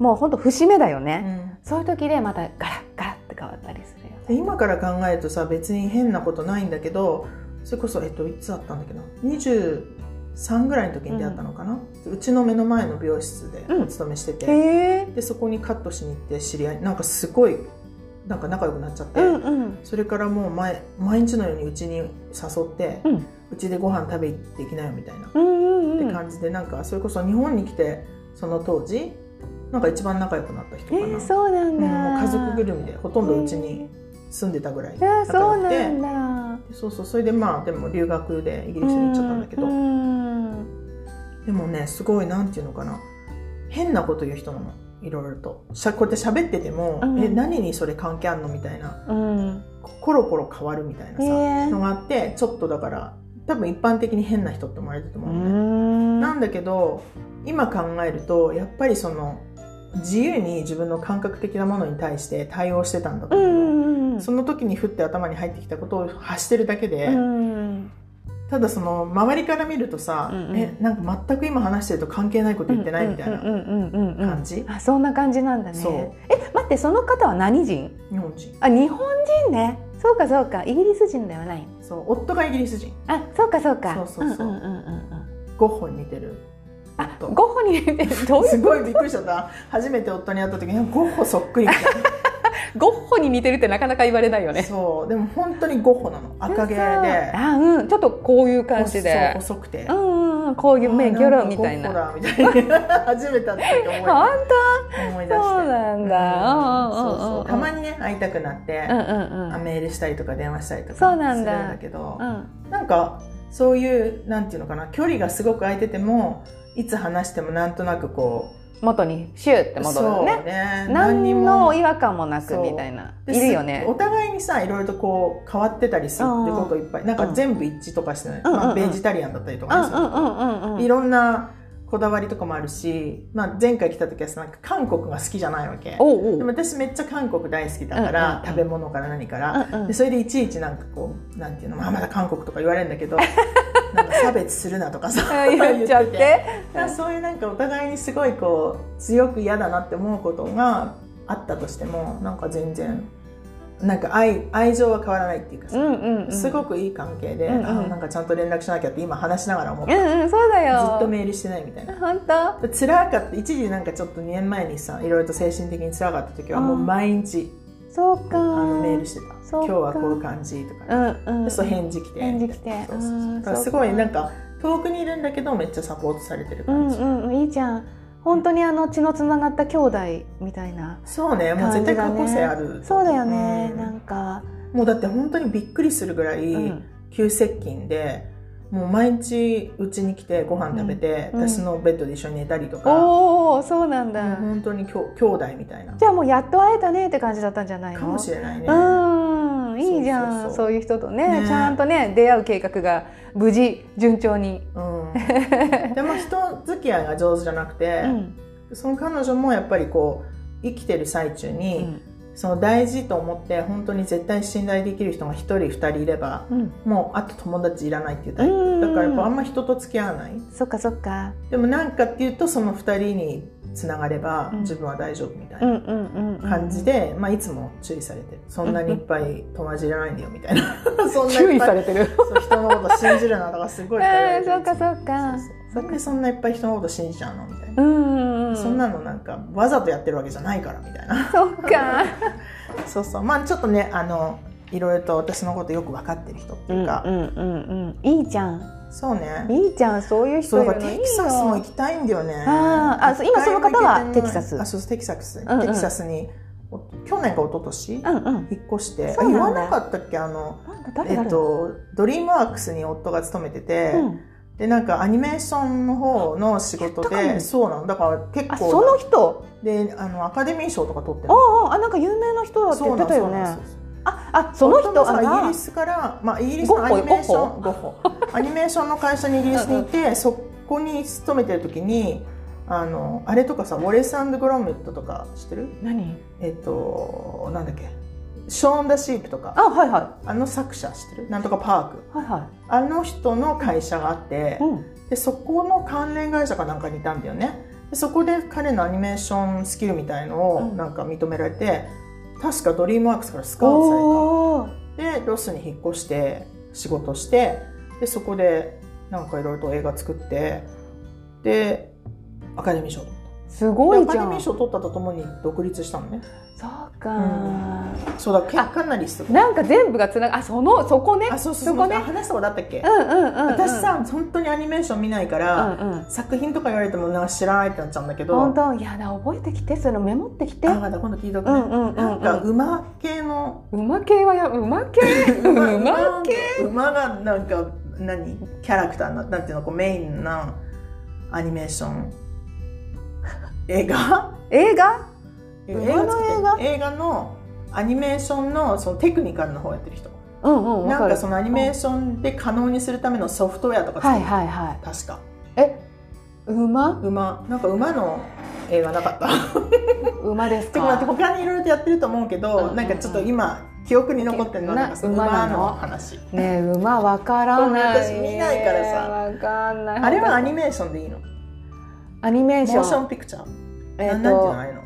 Speaker 1: もう本当節目だよ
Speaker 2: うん
Speaker 1: ね、
Speaker 2: うん
Speaker 1: そういう時でまたガラッガラッって変わったりするよ
Speaker 2: で今から考えるとさ別に変なことないんだけどそれこそえっといつだったんだっけど23ぐらいの時に出会ったのかな、うちの目の前の美容室で
Speaker 1: うん
Speaker 2: お勤めしてて、
Speaker 1: へえ
Speaker 2: でそこにカットしに行って知り合いなんかすごいなんか仲良くなっちゃって、
Speaker 1: うんうん
Speaker 2: それからもう毎毎日のようにうちに誘って
Speaker 1: うん
Speaker 2: うち、でご飯食べ行っていきなよみたいな
Speaker 1: うんうんう
Speaker 2: っ
Speaker 1: ん
Speaker 2: て感じでなんかそれこそ日本に来てその当時なんか一番仲良くなった人
Speaker 1: え
Speaker 2: かな、
Speaker 1: ー、そうな
Speaker 2: うんん
Speaker 1: だ、
Speaker 2: もう家族ぐるみでほとんどうちに住んでたぐらい
Speaker 1: えーあー
Speaker 2: 仲良
Speaker 1: そう
Speaker 2: くて
Speaker 1: なんだ
Speaker 2: そうそうそれでまあでも留学でイギリスに行っちゃったんだけど、
Speaker 1: うんうん
Speaker 2: でもねすごいなんていうのかな変なこと言う人なのいろいろとしゃこうやって喋ってても、
Speaker 1: うん
Speaker 2: え何にそれ関係あんのみたいな
Speaker 1: うん
Speaker 2: コロコロ変わるみたいなさ、
Speaker 1: へえ
Speaker 2: のがあってちょっとだから多分一般的に変な人って思われてると思うのね。なんだけど今考えるとやっぱりその自由に自分の感覚的なものに対して対応してたんだと
Speaker 1: う
Speaker 2: 思う、
Speaker 1: ん
Speaker 2: その時にふって頭に入ってきたことを発してるだけで、
Speaker 1: うん
Speaker 2: ただその周りから見るとさ、
Speaker 1: うんうん
Speaker 2: えなんか全く今話してると関係ないこと言ってないみたいな、
Speaker 1: 感
Speaker 2: 感じ
Speaker 1: あそんな感じなんだね
Speaker 2: そう
Speaker 1: え待ってその方は何人
Speaker 2: 日本人
Speaker 1: あ日本人ねそうかそうかイギリス人ではない
Speaker 2: そう夫がイギリス人
Speaker 1: あそうかそうか
Speaker 2: そうそうそうん
Speaker 1: んんうんうん
Speaker 2: ゴッホに似てる
Speaker 1: あ
Speaker 2: 夫
Speaker 1: ゴッホに似てるどういう
Speaker 2: <laughs> すごいびっくりしちゃった初めて夫に会った時にゴッホそっくりみたい
Speaker 1: ゴッホに似てるってなかなか言われないよ
Speaker 2: な
Speaker 1: ね
Speaker 2: そうでも本当にゴッホなの赤毛で
Speaker 1: あうんちょっとこういう感じで
Speaker 2: そう細くて
Speaker 1: う、んうんこういう目ギョロみたいな
Speaker 2: あんかゴッホだみたいな <laughs> 初めて会った時思い
Speaker 1: 本
Speaker 2: 思い出して
Speaker 1: そうなんだ
Speaker 2: うん
Speaker 1: うんうんうんうん
Speaker 2: そうそうたまにね会いたくなって
Speaker 1: 当う、んうんうん
Speaker 2: メールしたりとか電話したりとか
Speaker 1: そうなんだ
Speaker 2: するんだけど
Speaker 1: うん
Speaker 2: なんかそういうなんていうのかな距離がすごく空いててもいつ話してもなんとなくこ
Speaker 1: 元にシューって
Speaker 2: う
Speaker 1: 戻る
Speaker 2: そう
Speaker 1: のね
Speaker 2: ねに
Speaker 1: 何
Speaker 2: も
Speaker 1: の違和感もなくみたいな
Speaker 2: で
Speaker 1: いるよね
Speaker 2: すお互いにさいろいろとこう変わってたりするってこといっぱいなんか全部一致とかしてない、
Speaker 1: うんうんう
Speaker 2: まあ、
Speaker 1: ん
Speaker 2: ベジタリアンだったりと
Speaker 1: う
Speaker 2: かね
Speaker 1: ん
Speaker 2: そうういうん
Speaker 1: うんうん
Speaker 2: いろんなこだわりとかもあるし、まあ、前回来た時はさなんか韓国が好きじゃないわけ
Speaker 1: おうお
Speaker 2: で
Speaker 1: う
Speaker 2: も私めっちゃ韓国大好きだから、
Speaker 1: うんうんうん
Speaker 2: 食べ物から何から、
Speaker 1: うんうん
Speaker 2: でそれでいちいちなんかこうなんていうのまあまだ韓国とか言われるん
Speaker 1: <laughs>
Speaker 2: だけどなんか差別するなとかさ
Speaker 1: あ言っちゃっ
Speaker 2: 言て
Speaker 1: て
Speaker 2: だからそういうなんかお互いにすごいこう強く嫌だなって思うことがあったとしてもなんか全然なんか愛愛情は変わらないっていうか
Speaker 1: う
Speaker 2: さ、
Speaker 1: んうんうん
Speaker 2: すごくいい関係で、
Speaker 1: うんうん
Speaker 2: あなんかちゃんと連絡しなきゃって今話しながら思っ
Speaker 1: う
Speaker 2: た、
Speaker 1: んうんそうだよ
Speaker 2: ずっとメールしてないみたいな。
Speaker 1: 本当
Speaker 2: 辛かった一時なんかちょっと2年前にさいろいろと精神的に辛かった時はもう毎日
Speaker 1: そうか
Speaker 2: あのメールしてた「
Speaker 1: そう
Speaker 2: 今
Speaker 1: か
Speaker 2: 日はこういう感じ」とか、
Speaker 1: うんうん
Speaker 2: でそう返事来て
Speaker 1: 返事来て
Speaker 2: そうそうそう
Speaker 1: うん
Speaker 2: だからすごいなんか遠くにいるんだけどめっちゃサポートされてる
Speaker 1: う
Speaker 2: 感じ、
Speaker 1: んうんいいじゃん本当にあの血のつながった兄弟みたいな
Speaker 2: そうねもう絶対過去性ある、
Speaker 1: そうだよね、
Speaker 2: うん
Speaker 1: なんか、
Speaker 2: もうだって本当にびっくりするぐら
Speaker 1: う
Speaker 2: い
Speaker 1: ん
Speaker 2: 急接近で、もう毎日うちに来てご飯食べて、
Speaker 1: うん
Speaker 2: 私のベッドで一緒に寝たりとか、
Speaker 1: おおそうなんだ、
Speaker 2: もう本当にきょ兄弟みたいな
Speaker 1: じゃあもうやっと会えたねって感じだったんじゃないの
Speaker 2: かもしれないね、
Speaker 1: うんいいじゃんそう
Speaker 2: そそう
Speaker 1: う
Speaker 2: そう
Speaker 1: いう人とね
Speaker 2: ね
Speaker 1: ちゃんとね出会う計画が無事順調に、
Speaker 2: うんでも人付き合いが上手じゃなくて、
Speaker 1: うん
Speaker 2: その彼女もやっぱりこう生きてる最中
Speaker 1: う
Speaker 2: に、
Speaker 1: ん
Speaker 2: その大事と思って本当に絶対信頼できる人が1人2人いれば
Speaker 1: うん、
Speaker 2: もうあと友達いらないっていうタイ
Speaker 1: う
Speaker 2: プ
Speaker 1: ん
Speaker 2: だからやっぱあんま人と付き合わない
Speaker 1: そっかそっか
Speaker 2: でもなんかっていうとその2人につながれば
Speaker 1: うん
Speaker 2: 自分は大丈夫みたい
Speaker 1: うんう
Speaker 2: な
Speaker 1: んうん、うん、
Speaker 2: 感じで、まあ、いつも注意されてるそんなにいっぱい友達いらないんだよみたいな <laughs> そんな
Speaker 1: 注
Speaker 2: いっ
Speaker 1: 意さ
Speaker 2: ぱい
Speaker 1: れてる
Speaker 2: そう人のこと信じるなとかすごい言われ
Speaker 1: あ
Speaker 2: る
Speaker 1: そうかそうか
Speaker 2: そうそうなんでそんないっぱい人のこと信じちゃうのみたいな、
Speaker 1: うんうんうん
Speaker 2: そんなのなんかわざとやってるわけじゃないからみたいな <laughs>
Speaker 1: そうか
Speaker 2: そうそうまあちょっとねあのいろいろと私のことよく分かってる人っていうか、
Speaker 1: うんうんうんうんいいじゃん
Speaker 2: そうね
Speaker 1: いいじゃんそういう
Speaker 2: そ
Speaker 1: 人
Speaker 2: う
Speaker 1: い
Speaker 2: だ
Speaker 1: る
Speaker 2: から
Speaker 1: のいいよ
Speaker 2: テキサスも行きたいんだよね
Speaker 1: あーあそう今その方はテキサス
Speaker 2: あそうそうテキサス、
Speaker 1: うんうん
Speaker 2: テキサスにお去年か一昨年
Speaker 1: うんうん
Speaker 2: 引っ越してあ
Speaker 1: そう
Speaker 2: 言
Speaker 1: な
Speaker 2: わ
Speaker 1: んだ
Speaker 2: なかったっけあの
Speaker 1: なんだ誰
Speaker 2: え
Speaker 1: 誰
Speaker 2: っとドリームワークスに夫が勤めてて、
Speaker 1: うん
Speaker 2: でなんかアニメーションの方の仕事
Speaker 1: 言ったか
Speaker 2: で
Speaker 1: も
Speaker 2: そうなのだから結
Speaker 1: あ
Speaker 2: 構
Speaker 1: その人
Speaker 2: であのアカデミー賞とか取ってる
Speaker 1: あああなんか有名な人だって言ってたよ
Speaker 2: そうなの
Speaker 1: ね
Speaker 2: そうなのそうそう
Speaker 1: ああその
Speaker 2: 夫も
Speaker 1: 人
Speaker 2: さ
Speaker 1: あ
Speaker 2: イギ
Speaker 1: ら
Speaker 2: リスから、まあ、イギリスのアニメーションゴッホ <laughs> アニメーションの会社にイギリスにいて、そこに勤めてる時にあのあれとかさウォレスグロメットとか知ってる
Speaker 1: 何
Speaker 2: えっとなんだっけショーン・ダ・シープとか
Speaker 1: あはいは
Speaker 2: あの作者知ってるなんとかパーク
Speaker 1: いはいは
Speaker 2: あの人の会社があって
Speaker 1: い、うん
Speaker 2: でそこの関連会社かなんかにいたんだよねでそこで彼のアニメーションスキルみたいのを
Speaker 1: うん
Speaker 2: なんか認められて、確かドリームワークスからスカウトされた
Speaker 1: おおー
Speaker 2: でロスに引っ越して仕事してでそこでなんかいろいろと映画作ってでアカデミー賞取った
Speaker 1: すごい
Speaker 2: でア
Speaker 1: じ
Speaker 2: カ
Speaker 1: ゃ
Speaker 2: デミー
Speaker 1: んそ
Speaker 2: 賞取ったとともに独立したのね
Speaker 1: うか、
Speaker 2: そうだ結かなりすごい
Speaker 1: なんか全部がつながあそのそこね
Speaker 2: あそうそうそう
Speaker 1: そこね
Speaker 2: 話したことあったっけ、
Speaker 1: うんうんうん、うん、
Speaker 2: 私さ本当にアニメーション見ないか
Speaker 1: う
Speaker 2: ら、
Speaker 1: んうん
Speaker 2: 作品とか言われてもなんか知らないってなっちゃうんだけど
Speaker 1: 本当いやだ覚えてきてそれメモってきて
Speaker 2: あまだ今度聞いとく
Speaker 1: う
Speaker 2: ね、
Speaker 1: んうんうん
Speaker 2: なん
Speaker 1: う
Speaker 2: か
Speaker 1: ん
Speaker 2: 馬系の
Speaker 1: 馬系はや馬系 <laughs> 馬系
Speaker 2: 馬がなんか何キャラクターななんていうのこうメインなアニメーション映画
Speaker 1: 映画
Speaker 2: 映
Speaker 1: 馬の映画
Speaker 2: 映画のアニメーションのそのテクニカルの方やってる人
Speaker 1: うんうんわ
Speaker 2: な
Speaker 1: か
Speaker 2: ん
Speaker 1: る
Speaker 2: かそのアニメーションで可能にするためのソフトウェアとか作
Speaker 1: は
Speaker 2: っ
Speaker 1: い
Speaker 2: てた、
Speaker 1: はいはい
Speaker 2: 確か
Speaker 1: え馬
Speaker 2: 馬なんか馬の映画なかった
Speaker 1: <laughs> 馬です
Speaker 2: でもなんか
Speaker 1: か
Speaker 2: 他にいろいろとやってると思うけど、
Speaker 1: うんうんうん
Speaker 2: なんかちょっと今記憶に残ってるのはなんかその
Speaker 1: な
Speaker 2: 馬
Speaker 1: 馬なの
Speaker 2: の話
Speaker 1: ねえ馬わからない
Speaker 2: ごめん私見ないからさ
Speaker 1: わかんない
Speaker 2: あれはアニメーションでいいのモ
Speaker 1: アニメー
Speaker 2: ー
Speaker 1: シ
Speaker 2: ショ
Speaker 1: ョン
Speaker 2: ンピクチャー、
Speaker 1: え
Speaker 2: な
Speaker 1: っ
Speaker 2: んなんていうの
Speaker 1: と
Speaker 2: ああいうの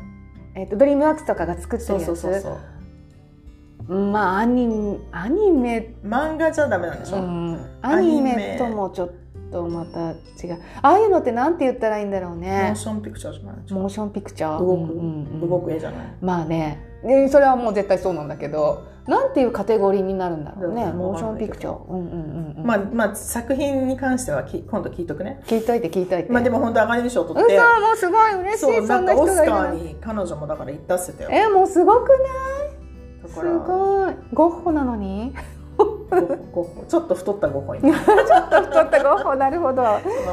Speaker 1: えっとドリームワークスとかが作って
Speaker 2: そ
Speaker 1: る
Speaker 2: うそ
Speaker 1: や
Speaker 2: うそう
Speaker 1: つ
Speaker 2: そう
Speaker 1: まあアニアニメ
Speaker 2: 漫画じゃダメなんでしょ、
Speaker 1: うんアニメともちょっとまた違うああいうのってなんて言ったらいいんだろう
Speaker 2: モー
Speaker 1: ね
Speaker 2: ションピクチャーじゃない
Speaker 1: モーションピクチャー
Speaker 2: 動
Speaker 1: う
Speaker 2: く、
Speaker 1: んうんうん
Speaker 2: 動く絵じゃない
Speaker 1: まあねでそれはもう絶対そうなんだけどなんていうカテゴリーになるんだろうね
Speaker 2: だから
Speaker 1: モーションピクチャー、うんうんうんうん、
Speaker 2: まあまあ作品に関してはき今度聞いとくね
Speaker 1: 聞いといて聞いといて、
Speaker 2: まあでも本当アカデミー賞取
Speaker 1: 嘘
Speaker 2: って
Speaker 1: もうすごい嬉しい
Speaker 2: そ
Speaker 1: そ
Speaker 2: うんなんん
Speaker 1: な
Speaker 2: か
Speaker 1: 人
Speaker 2: オスカ
Speaker 1: がいるな
Speaker 2: ーに彼女もだから行ったせてよ
Speaker 1: えもうすごくない
Speaker 2: だ
Speaker 1: す
Speaker 2: からゴ
Speaker 1: ごいゴッホなのに
Speaker 2: ッホゴッホちょっと太ったゴ
Speaker 1: <laughs>
Speaker 2: ッホになる
Speaker 1: 太ったゴッホなるほど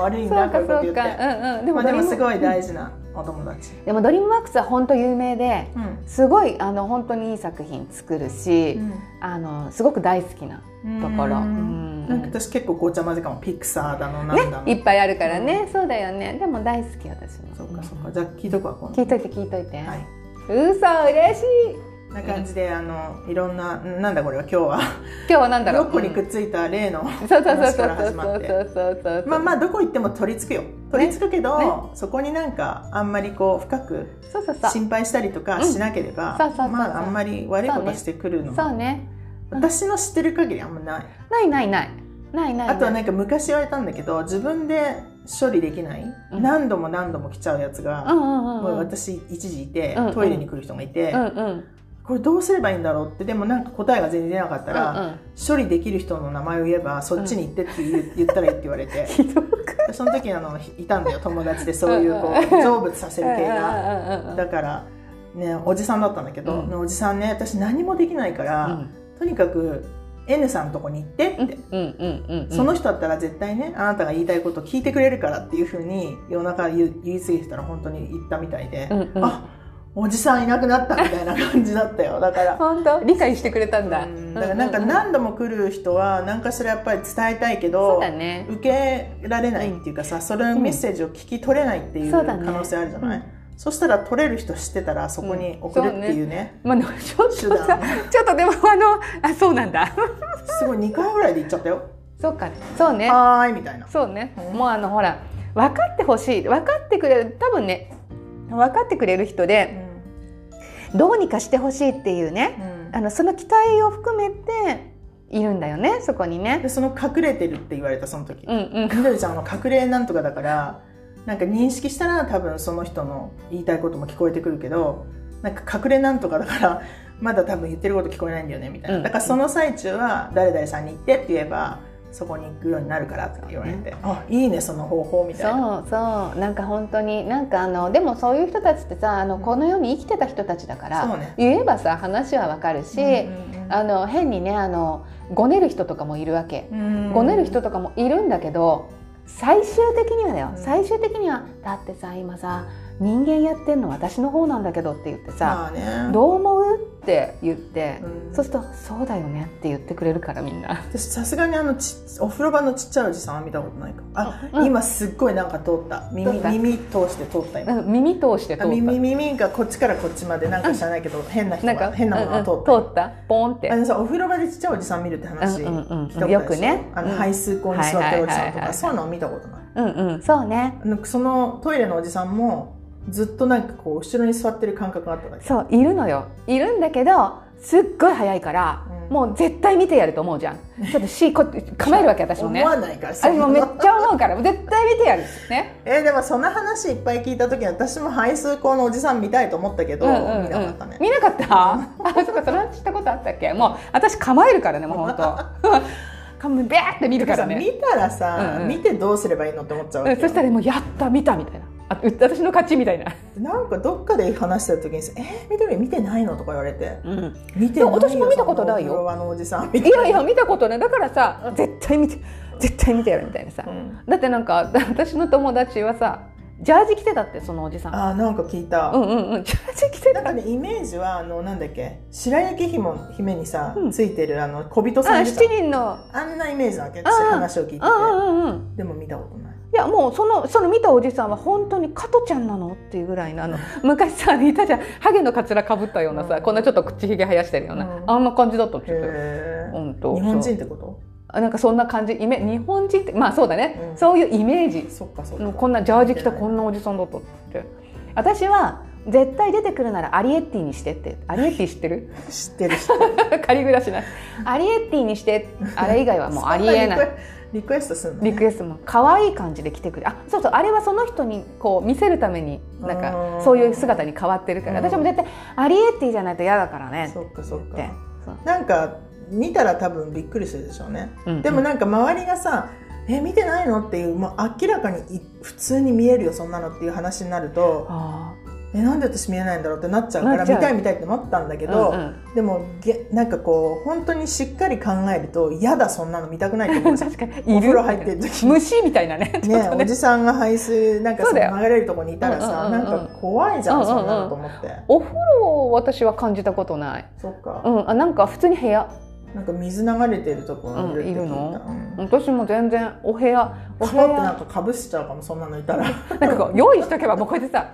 Speaker 2: 悪
Speaker 1: <laughs>
Speaker 2: い
Speaker 1: そうん
Speaker 2: だ
Speaker 1: か
Speaker 2: こういうこと
Speaker 1: そ
Speaker 2: 言
Speaker 1: う
Speaker 2: って
Speaker 1: かうんうんで
Speaker 2: まあでもすごい
Speaker 1: 大
Speaker 2: 大事なお友達
Speaker 1: でもドリームワークスは本当有名で
Speaker 2: うん
Speaker 1: すごいあの本当にいい作品作るし、あのすごく大好きなところ、うん
Speaker 2: なんか私結構ごちゃ混ぜかもピクサーだのなんだの、
Speaker 1: ね、いっぱいあるからね、そうだよねでも大好き私も
Speaker 2: そうかそうかじゃあ聞いとくわ今度
Speaker 1: 聞いといて聞いといて、
Speaker 2: はい
Speaker 1: 嘘嬉しい
Speaker 2: な感じであのいろんななんだこれは今日は
Speaker 1: 今日は何だ
Speaker 2: <laughs>
Speaker 1: ろう
Speaker 2: ロッコにくっついた例の、
Speaker 1: うんそうそうそう
Speaker 2: 話
Speaker 1: そ
Speaker 2: か
Speaker 1: う
Speaker 2: ら始まって
Speaker 1: そうそうそうそう
Speaker 2: まあまあどこ行っても取り付くよ取り付くけど、そこになんかあんまりこう深く
Speaker 1: そうそうそう
Speaker 2: 心配したりとかしなけれ
Speaker 1: う
Speaker 2: ば、
Speaker 1: んそうそうそうそう
Speaker 2: まああんまり悪いこ
Speaker 1: そう
Speaker 2: と
Speaker 1: ね
Speaker 2: してくるの、
Speaker 1: そうね
Speaker 2: 私の知ってる限りあんまない、
Speaker 1: ないないないないないない
Speaker 2: あとはなんか昔言われたんだけど自分で処理できない、
Speaker 1: うん
Speaker 2: 何度も何度も来ちゃうやつ
Speaker 1: う
Speaker 2: が、
Speaker 1: んうん
Speaker 2: もう
Speaker 1: うんうん
Speaker 2: 私一時いて、
Speaker 1: うんうん
Speaker 2: トイレに来る人がいて、
Speaker 1: うんうん
Speaker 2: これどうすればいいんだろうってでもなんか答えが全然出なかったら、
Speaker 1: うんうん
Speaker 2: 処理できる人の名前を言えばそっちに行ってって言,、言ったらいいって言われ
Speaker 1: <laughs>
Speaker 2: て
Speaker 1: ひどく
Speaker 2: でその時あのいたんだよ友達でそういうこ
Speaker 1: うん
Speaker 2: う成仏させる系
Speaker 1: うん
Speaker 2: が。
Speaker 1: うんうん
Speaker 2: だからねおじさんだったんだけど、
Speaker 1: うん
Speaker 2: おじさんね私何もできないから、とにかく N さんのとこに行ってって、
Speaker 1: うんうんうんうん
Speaker 2: その人だったら絶対ねあなたが言いたいことを聞いてくれるからっていうふうに夜中言う言い過ぎてたら本当に言ったみたいで、
Speaker 1: うんうん
Speaker 2: あおじさんいなくなったみたいな感じだったよだから。
Speaker 1: 本当理解してくれたんだ
Speaker 2: うんだからなんか何度も来る人は何かしらやっぱり伝えたい
Speaker 1: そ
Speaker 2: け
Speaker 1: う
Speaker 2: ど、
Speaker 1: だね
Speaker 2: 受けられないっていうかさ、それのメッセージを聞き取れないっていう
Speaker 1: そ
Speaker 2: 可
Speaker 1: うだね
Speaker 2: 能性あるじゃない、
Speaker 1: うん
Speaker 2: そしたら取れる人知ってたらそこに送るっていうね,、
Speaker 1: まあでもちょっと
Speaker 2: 手段
Speaker 1: さちょっとでもあのあそうなんだ
Speaker 2: すごい2回ぐらいで行っちゃったよ
Speaker 1: そうかそう
Speaker 2: 「
Speaker 1: ね
Speaker 2: はーい」みたいな
Speaker 1: そうね、
Speaker 2: うん
Speaker 1: もうあのほら分かってほしい分かってくれる多分ね分かってくれる人
Speaker 2: う
Speaker 1: で
Speaker 2: ん
Speaker 1: どうにかしてほしいっていうね
Speaker 2: うん
Speaker 1: あのその期待を含めているんだよねそこにね
Speaker 2: で。その隠れてるって言われたその時
Speaker 1: うんうん
Speaker 2: みどりちゃんは隠れなんとかだからなんか認識したら多分その人の言いたいことも聞こえてくるけどなんか隠れなんとかだからまだ多分言ってること聞こえないんだよねみたいな、
Speaker 1: うん
Speaker 2: だからその最中は誰々さんに行ってって言えばそこに行くようになるからって言われて、あいいねその方法みたいな
Speaker 1: そうそうなんか本当になんかあのでもそういう人たちってさあのこの世に生きてた人たちだから、
Speaker 2: そうね
Speaker 1: 言えばさ話はわかるし、
Speaker 2: うんうん
Speaker 1: あの変にねあのごねる人とかもいるわけ。
Speaker 2: うん
Speaker 1: ごねる人とかもいるんだけど最終的にはだよ、
Speaker 2: うん
Speaker 1: 最終的にはだってさ今さ人間やってんの私の方なんだけどって言ってさ、
Speaker 2: まあね
Speaker 1: どう思うって言って、
Speaker 2: うん
Speaker 1: そうするとそうだよねって言ってくれるからみんな。 <laughs>
Speaker 2: 私さすがにあのちお風呂場のちっちゃいおじさんは見たことないかもあ、
Speaker 1: うん
Speaker 2: 今すっごいなんか通った
Speaker 1: 通
Speaker 2: 耳
Speaker 1: った
Speaker 2: 耳通して通った今
Speaker 1: うん耳通して通
Speaker 2: あ
Speaker 1: っ
Speaker 2: 耳耳がこっちからこっちまでなんか知らないけど、変な
Speaker 1: た。
Speaker 2: 人
Speaker 1: なん
Speaker 2: が
Speaker 1: か
Speaker 2: 変なものが通った,、
Speaker 1: うんうん通ったポンって。
Speaker 2: あのさお風呂場でちっちゃいおじさん見るって話、
Speaker 1: うんうんうん
Speaker 2: 聞いたことあるでしょ
Speaker 1: よくね
Speaker 2: あの
Speaker 1: うん
Speaker 2: 排水口に座ってるおじさん
Speaker 1: はいはいはいはい
Speaker 2: と
Speaker 1: は
Speaker 2: か
Speaker 1: い
Speaker 2: そういうのを見たことない
Speaker 1: うんうんそうね。
Speaker 2: あのそのトイレのおじさんもずっとなんかこう後ろに座ってる感覚があっただけ
Speaker 1: そういるのよ。いるんだけどすっごい早いから、
Speaker 2: うん
Speaker 1: もう絶対見てやると思うじゃん。ちょっと C こうやって構えるわけ私もね。
Speaker 2: 思わないから
Speaker 1: あ
Speaker 2: そ
Speaker 1: れ
Speaker 2: んな
Speaker 1: もめっちゃ思うから絶対見てやるね。
Speaker 2: えーでもその話いっぱい聞いた時に私も排水口のおじさん見たいと思ったけど、見なかったね
Speaker 1: 見なかった <laughs> あそうかその話したことあったっけもう私構えるからねもう本 <laughs> 当かむべーって見るからね
Speaker 2: 見たらさ、
Speaker 1: うんうん
Speaker 2: 見てどうすればいいのって思っちゃうわ
Speaker 1: うん
Speaker 2: け
Speaker 1: そ
Speaker 2: よ
Speaker 1: したらもうやった見たみたいなあう私の勝ちみたいな、
Speaker 2: なんかどっかで話してる時にさ「えー、緑見てないの?」とか言われて
Speaker 1: うん、
Speaker 2: 見て
Speaker 1: いや私も見たことないよ
Speaker 2: そのフロアのおじさんみた
Speaker 1: い
Speaker 2: いな
Speaker 1: やいや見たことないだからさ絶対見て絶対見てやるみたいなさ、
Speaker 2: うん
Speaker 1: だってなんかだ私の友達はさジャージ着てたってそのおじさん
Speaker 2: あーなんか聞いた、
Speaker 1: うんうんうんジャージ着て
Speaker 2: な
Speaker 1: た
Speaker 2: んかねイメージはあのなんだっけ白雪姫姫にさ、
Speaker 1: うん
Speaker 2: ついてるあの小人さ
Speaker 1: あ
Speaker 2: んでしょ
Speaker 1: 七人の
Speaker 2: あんなイメージなわけ
Speaker 1: あー
Speaker 2: 私話を聞いてて
Speaker 1: うんうんうん
Speaker 2: でも見たことない
Speaker 1: いやもうそのその見たおじさんは本当に加トちゃんなのっていうぐらいのあの昔さいたじゃんハゲのかつらかぶったようなさ、
Speaker 2: うん
Speaker 1: こんなちょっと口ひげ生やしてるような、
Speaker 2: うん
Speaker 1: あんな感じだったって言ってたよ
Speaker 2: へー
Speaker 1: 本当
Speaker 2: 日本
Speaker 1: そ
Speaker 2: 人
Speaker 1: う
Speaker 2: ってこと
Speaker 1: あなんかそんな感じイメ日本人ってまあそうだね、
Speaker 2: うん
Speaker 1: そういうイメージ
Speaker 2: そっかそっ
Speaker 1: うん
Speaker 2: か
Speaker 1: こんなジャージ着たこん
Speaker 2: な
Speaker 1: なおじさんだったって私は絶対出てくるならアリエッティにしてってアリエッティ知ってる <laughs>
Speaker 2: 知ってる知ってる
Speaker 1: 仮暮らしないアリエッティにしてあれ以外はもうありえない
Speaker 2: そんリクエリクエストするの
Speaker 1: リクエストも可愛い感じで着てくるあそうそうあれはその人にこう見せるためになん
Speaker 2: う
Speaker 1: か
Speaker 2: ん
Speaker 1: そういう姿に変わってるから
Speaker 2: うん
Speaker 1: 私も絶対アリエッティじゃないと嫌だからね
Speaker 2: そっかそっ
Speaker 1: って
Speaker 2: かなんか見たら多分びっくりするでしょうね
Speaker 1: うん
Speaker 2: でもなんか周りがさ「え見てないの?」っていうもう明らかにい普通に見えるよそんなのっていう話になると
Speaker 1: あ
Speaker 2: 「えなんで私見えないんだろう?」ってなっちゃうか
Speaker 1: な
Speaker 2: ら
Speaker 1: っちゃう
Speaker 2: 見たい見たいって思ったんだけ
Speaker 1: ー
Speaker 2: ど、
Speaker 1: うんうん
Speaker 2: でもげなんかこう本当にしっかり考えると嫌だそんなの見たくないって思う
Speaker 1: <laughs>
Speaker 2: じゃん
Speaker 1: 確かにいる
Speaker 2: お風呂入ってる時に
Speaker 1: 虫みたいなねちょっ
Speaker 2: ね
Speaker 1: と
Speaker 2: おじさんが排水なんかそ
Speaker 1: そう
Speaker 2: の
Speaker 1: だよ
Speaker 2: 流れるとこにいたらさ、
Speaker 1: うんうんうんうん
Speaker 2: なんか怖いじゃん、
Speaker 1: うんうんうん
Speaker 2: そんなのと思って
Speaker 1: お風呂を私は感じたことない、
Speaker 2: そっか、
Speaker 1: うん、あなんか普通に部屋
Speaker 2: なんか水流れてるとこにいるって聞いた、
Speaker 1: うんいるの
Speaker 2: うん
Speaker 1: 私も全然お部屋お
Speaker 2: カ
Speaker 1: 部
Speaker 2: パってな
Speaker 1: 屋
Speaker 2: んかかぶしちゃうかもそんなのいたら
Speaker 1: なんかこう用意しとけばもうこうやってさ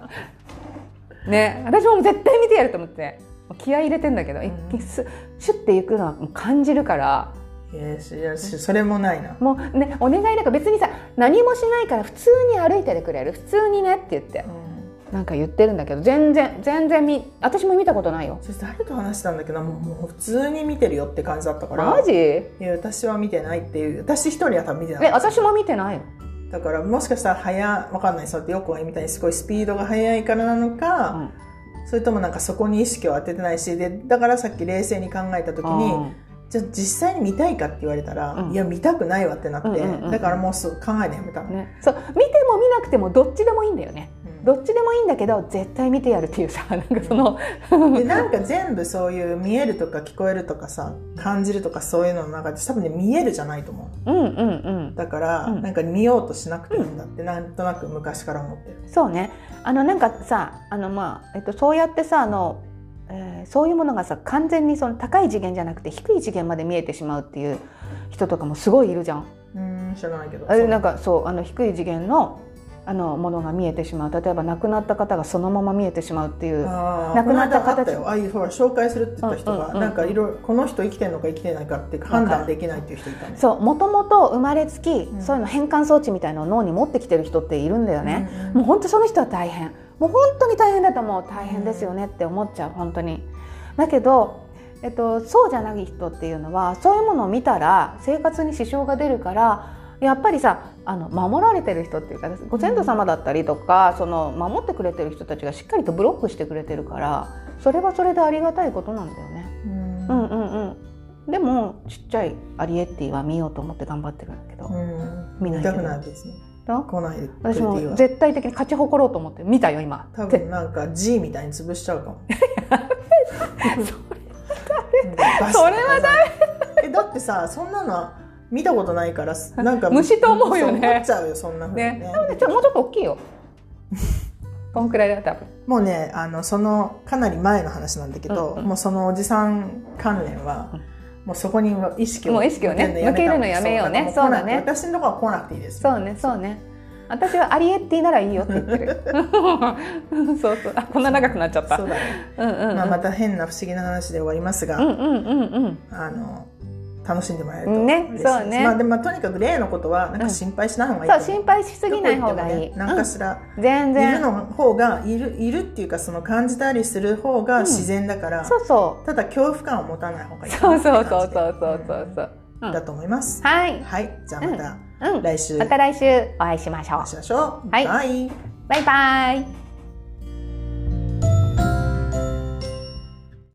Speaker 1: ね私も絶対見てやると思って気合い入れてんだけど、
Speaker 2: ん
Speaker 1: 一気にスシュッていくのはもう感じるから
Speaker 2: えーしいやしそれもないな、
Speaker 1: もうねお願いだから別にさ何もしないから普通に歩いててくれる普通にねって言って
Speaker 2: うん
Speaker 1: なんか言ってるんだけど全然全然み私も見たことないよ
Speaker 2: そして誰と話したんだけどもうもう普通に見てるよって感じだったから
Speaker 1: マジえ
Speaker 2: いや私は見てないっていう私一人は多分見てない
Speaker 1: 私も見てないよ、
Speaker 2: だからもしかしたら早わかんないそうやってよくみたいにすごいスピードが速いからなの
Speaker 1: う
Speaker 2: か、
Speaker 1: ん
Speaker 2: それともなんかそこに意識を当ててないしでだからさっき冷静に考えた時に、
Speaker 1: うん
Speaker 2: じゃあ実際に見たいかって言われたら、
Speaker 1: うん
Speaker 2: いや見たくないわってなって、
Speaker 1: うんうんうん
Speaker 2: だからもうすぐ考えないやめたの、
Speaker 1: ね、そう見ても見なくてもどっちでもいいんだよね
Speaker 2: うん
Speaker 1: どっちでもいいんだけど絶対見てやるっていうさなんかその
Speaker 2: でなんか全部そういう見えるとか聞こえるとかさ感じるとかそういうのの中で多分ね見えるじゃないと思う
Speaker 1: うんうんうん
Speaker 2: だから、
Speaker 1: うん
Speaker 2: なんか見ようとしなくていいんだって、なんとなく昔から思ってる
Speaker 1: そうねあのなんかさあのまあ、えっと、そうやってさあの、えーそういうものがさ完全にその高い次元じゃなくて低い次元まで見えてしまうっていう人とかもすごいいるじゃん。
Speaker 2: うーん知らないけど
Speaker 1: あ
Speaker 2: そ
Speaker 1: れ
Speaker 2: う
Speaker 1: なんかそうあの低い次元のあのものが見えてしまう例えば亡くなった方がそのまま見えてしまうっていう。
Speaker 2: あー
Speaker 1: 亡くなった
Speaker 2: この間あ
Speaker 1: 方
Speaker 2: ったよああいうほら紹介するって言った人が、
Speaker 1: うんうんうん
Speaker 2: なんかいろいろこの人生きてるのか生きてないかって判断できないっていう人いたね
Speaker 1: そうもともと生まれつき、
Speaker 2: ん
Speaker 1: そういうの変換装置みたいのを脳に持ってきてる人っているんだよね、
Speaker 2: うんうん
Speaker 1: もう本当その人は大変もう本当に大変だと思う大変ですよねって思っちゃう本当にだけど、えっと、そうじゃない人っていうのはそういうものを見たら生活に支障が出るからやっぱりさあの守られてる人っていうかご先祖様だったりとかその守ってくれてる人たちがしっかりとブロックしてくれてるからそれはそれでありがたいことなんだよね。
Speaker 2: う
Speaker 1: う
Speaker 2: ん
Speaker 1: んうんうん、でもちっちゃいアリエッティは見ようと思って頑張ってるんだけど、
Speaker 2: うん
Speaker 1: 見ない
Speaker 2: 見
Speaker 1: けど
Speaker 2: たくないですね
Speaker 1: どう
Speaker 2: 来ないでくれ
Speaker 1: 私
Speaker 2: ていいわ
Speaker 1: も絶対的に勝ち誇ろうと思って見たよ今
Speaker 2: 多
Speaker 1: 絶
Speaker 2: 分なんか G みたいに潰しちゃう
Speaker 1: <laughs>
Speaker 2: かも。
Speaker 1: それは
Speaker 2: ダメ。えだってさそんなの見たことな
Speaker 1: <laughs>
Speaker 2: いからなんか
Speaker 1: 虫と思うよね
Speaker 2: そう思っちゃうよそんなふうにね
Speaker 1: ね、なのでちょもうちょっと大き <laughs> いよ。こんくらいだよ多分。
Speaker 2: もうねあのそのかなり前の話なんだけど、
Speaker 1: うんうん
Speaker 2: もうそのおじさん関連は、
Speaker 1: うん
Speaker 2: もうそこに意識を
Speaker 1: もう意識をね
Speaker 2: 向けるのやめ
Speaker 1: 向ける
Speaker 2: た
Speaker 1: のやめようね
Speaker 2: そうだからも来なく
Speaker 1: そうだね
Speaker 2: 私のとこは来なくていいです
Speaker 1: そうねそうね。私はアリエッティならいいよって言ってる。 <laughs> そうそう。あこんな長くなっちゃった。
Speaker 2: そううだね、
Speaker 1: んうんうん。
Speaker 2: まあ、また変な不思議な話で終わりますが、
Speaker 1: うんうんうん
Speaker 2: あの楽しんでもらえると
Speaker 1: ね
Speaker 2: 嬉しいです
Speaker 1: そうね
Speaker 2: まあでもまあとにかく例のことはなんか心配しない方が
Speaker 1: うん。
Speaker 2: いいと
Speaker 1: そう
Speaker 2: 思う。
Speaker 1: 心配しすぎない方がいい。
Speaker 2: どこ行ってもねなんかしら、
Speaker 1: うん全
Speaker 2: いる
Speaker 1: 然。
Speaker 2: の方がいるいるっていうかその感じたりする方が自然だから、
Speaker 1: そうそう。
Speaker 2: ただ恐怖感を持たない方がいいか
Speaker 1: そ
Speaker 2: な
Speaker 1: うそう
Speaker 2: って感じ
Speaker 1: そう
Speaker 2: で
Speaker 1: そうそうそうそう。う
Speaker 2: だ
Speaker 1: ん、
Speaker 2: と思います。
Speaker 1: はい。
Speaker 2: はい、じゃあまた
Speaker 1: うん。
Speaker 2: 来週
Speaker 1: また来週お会いしましょ
Speaker 2: お会いしましょう。
Speaker 1: はい
Speaker 2: バイ
Speaker 1: う。バイバイ。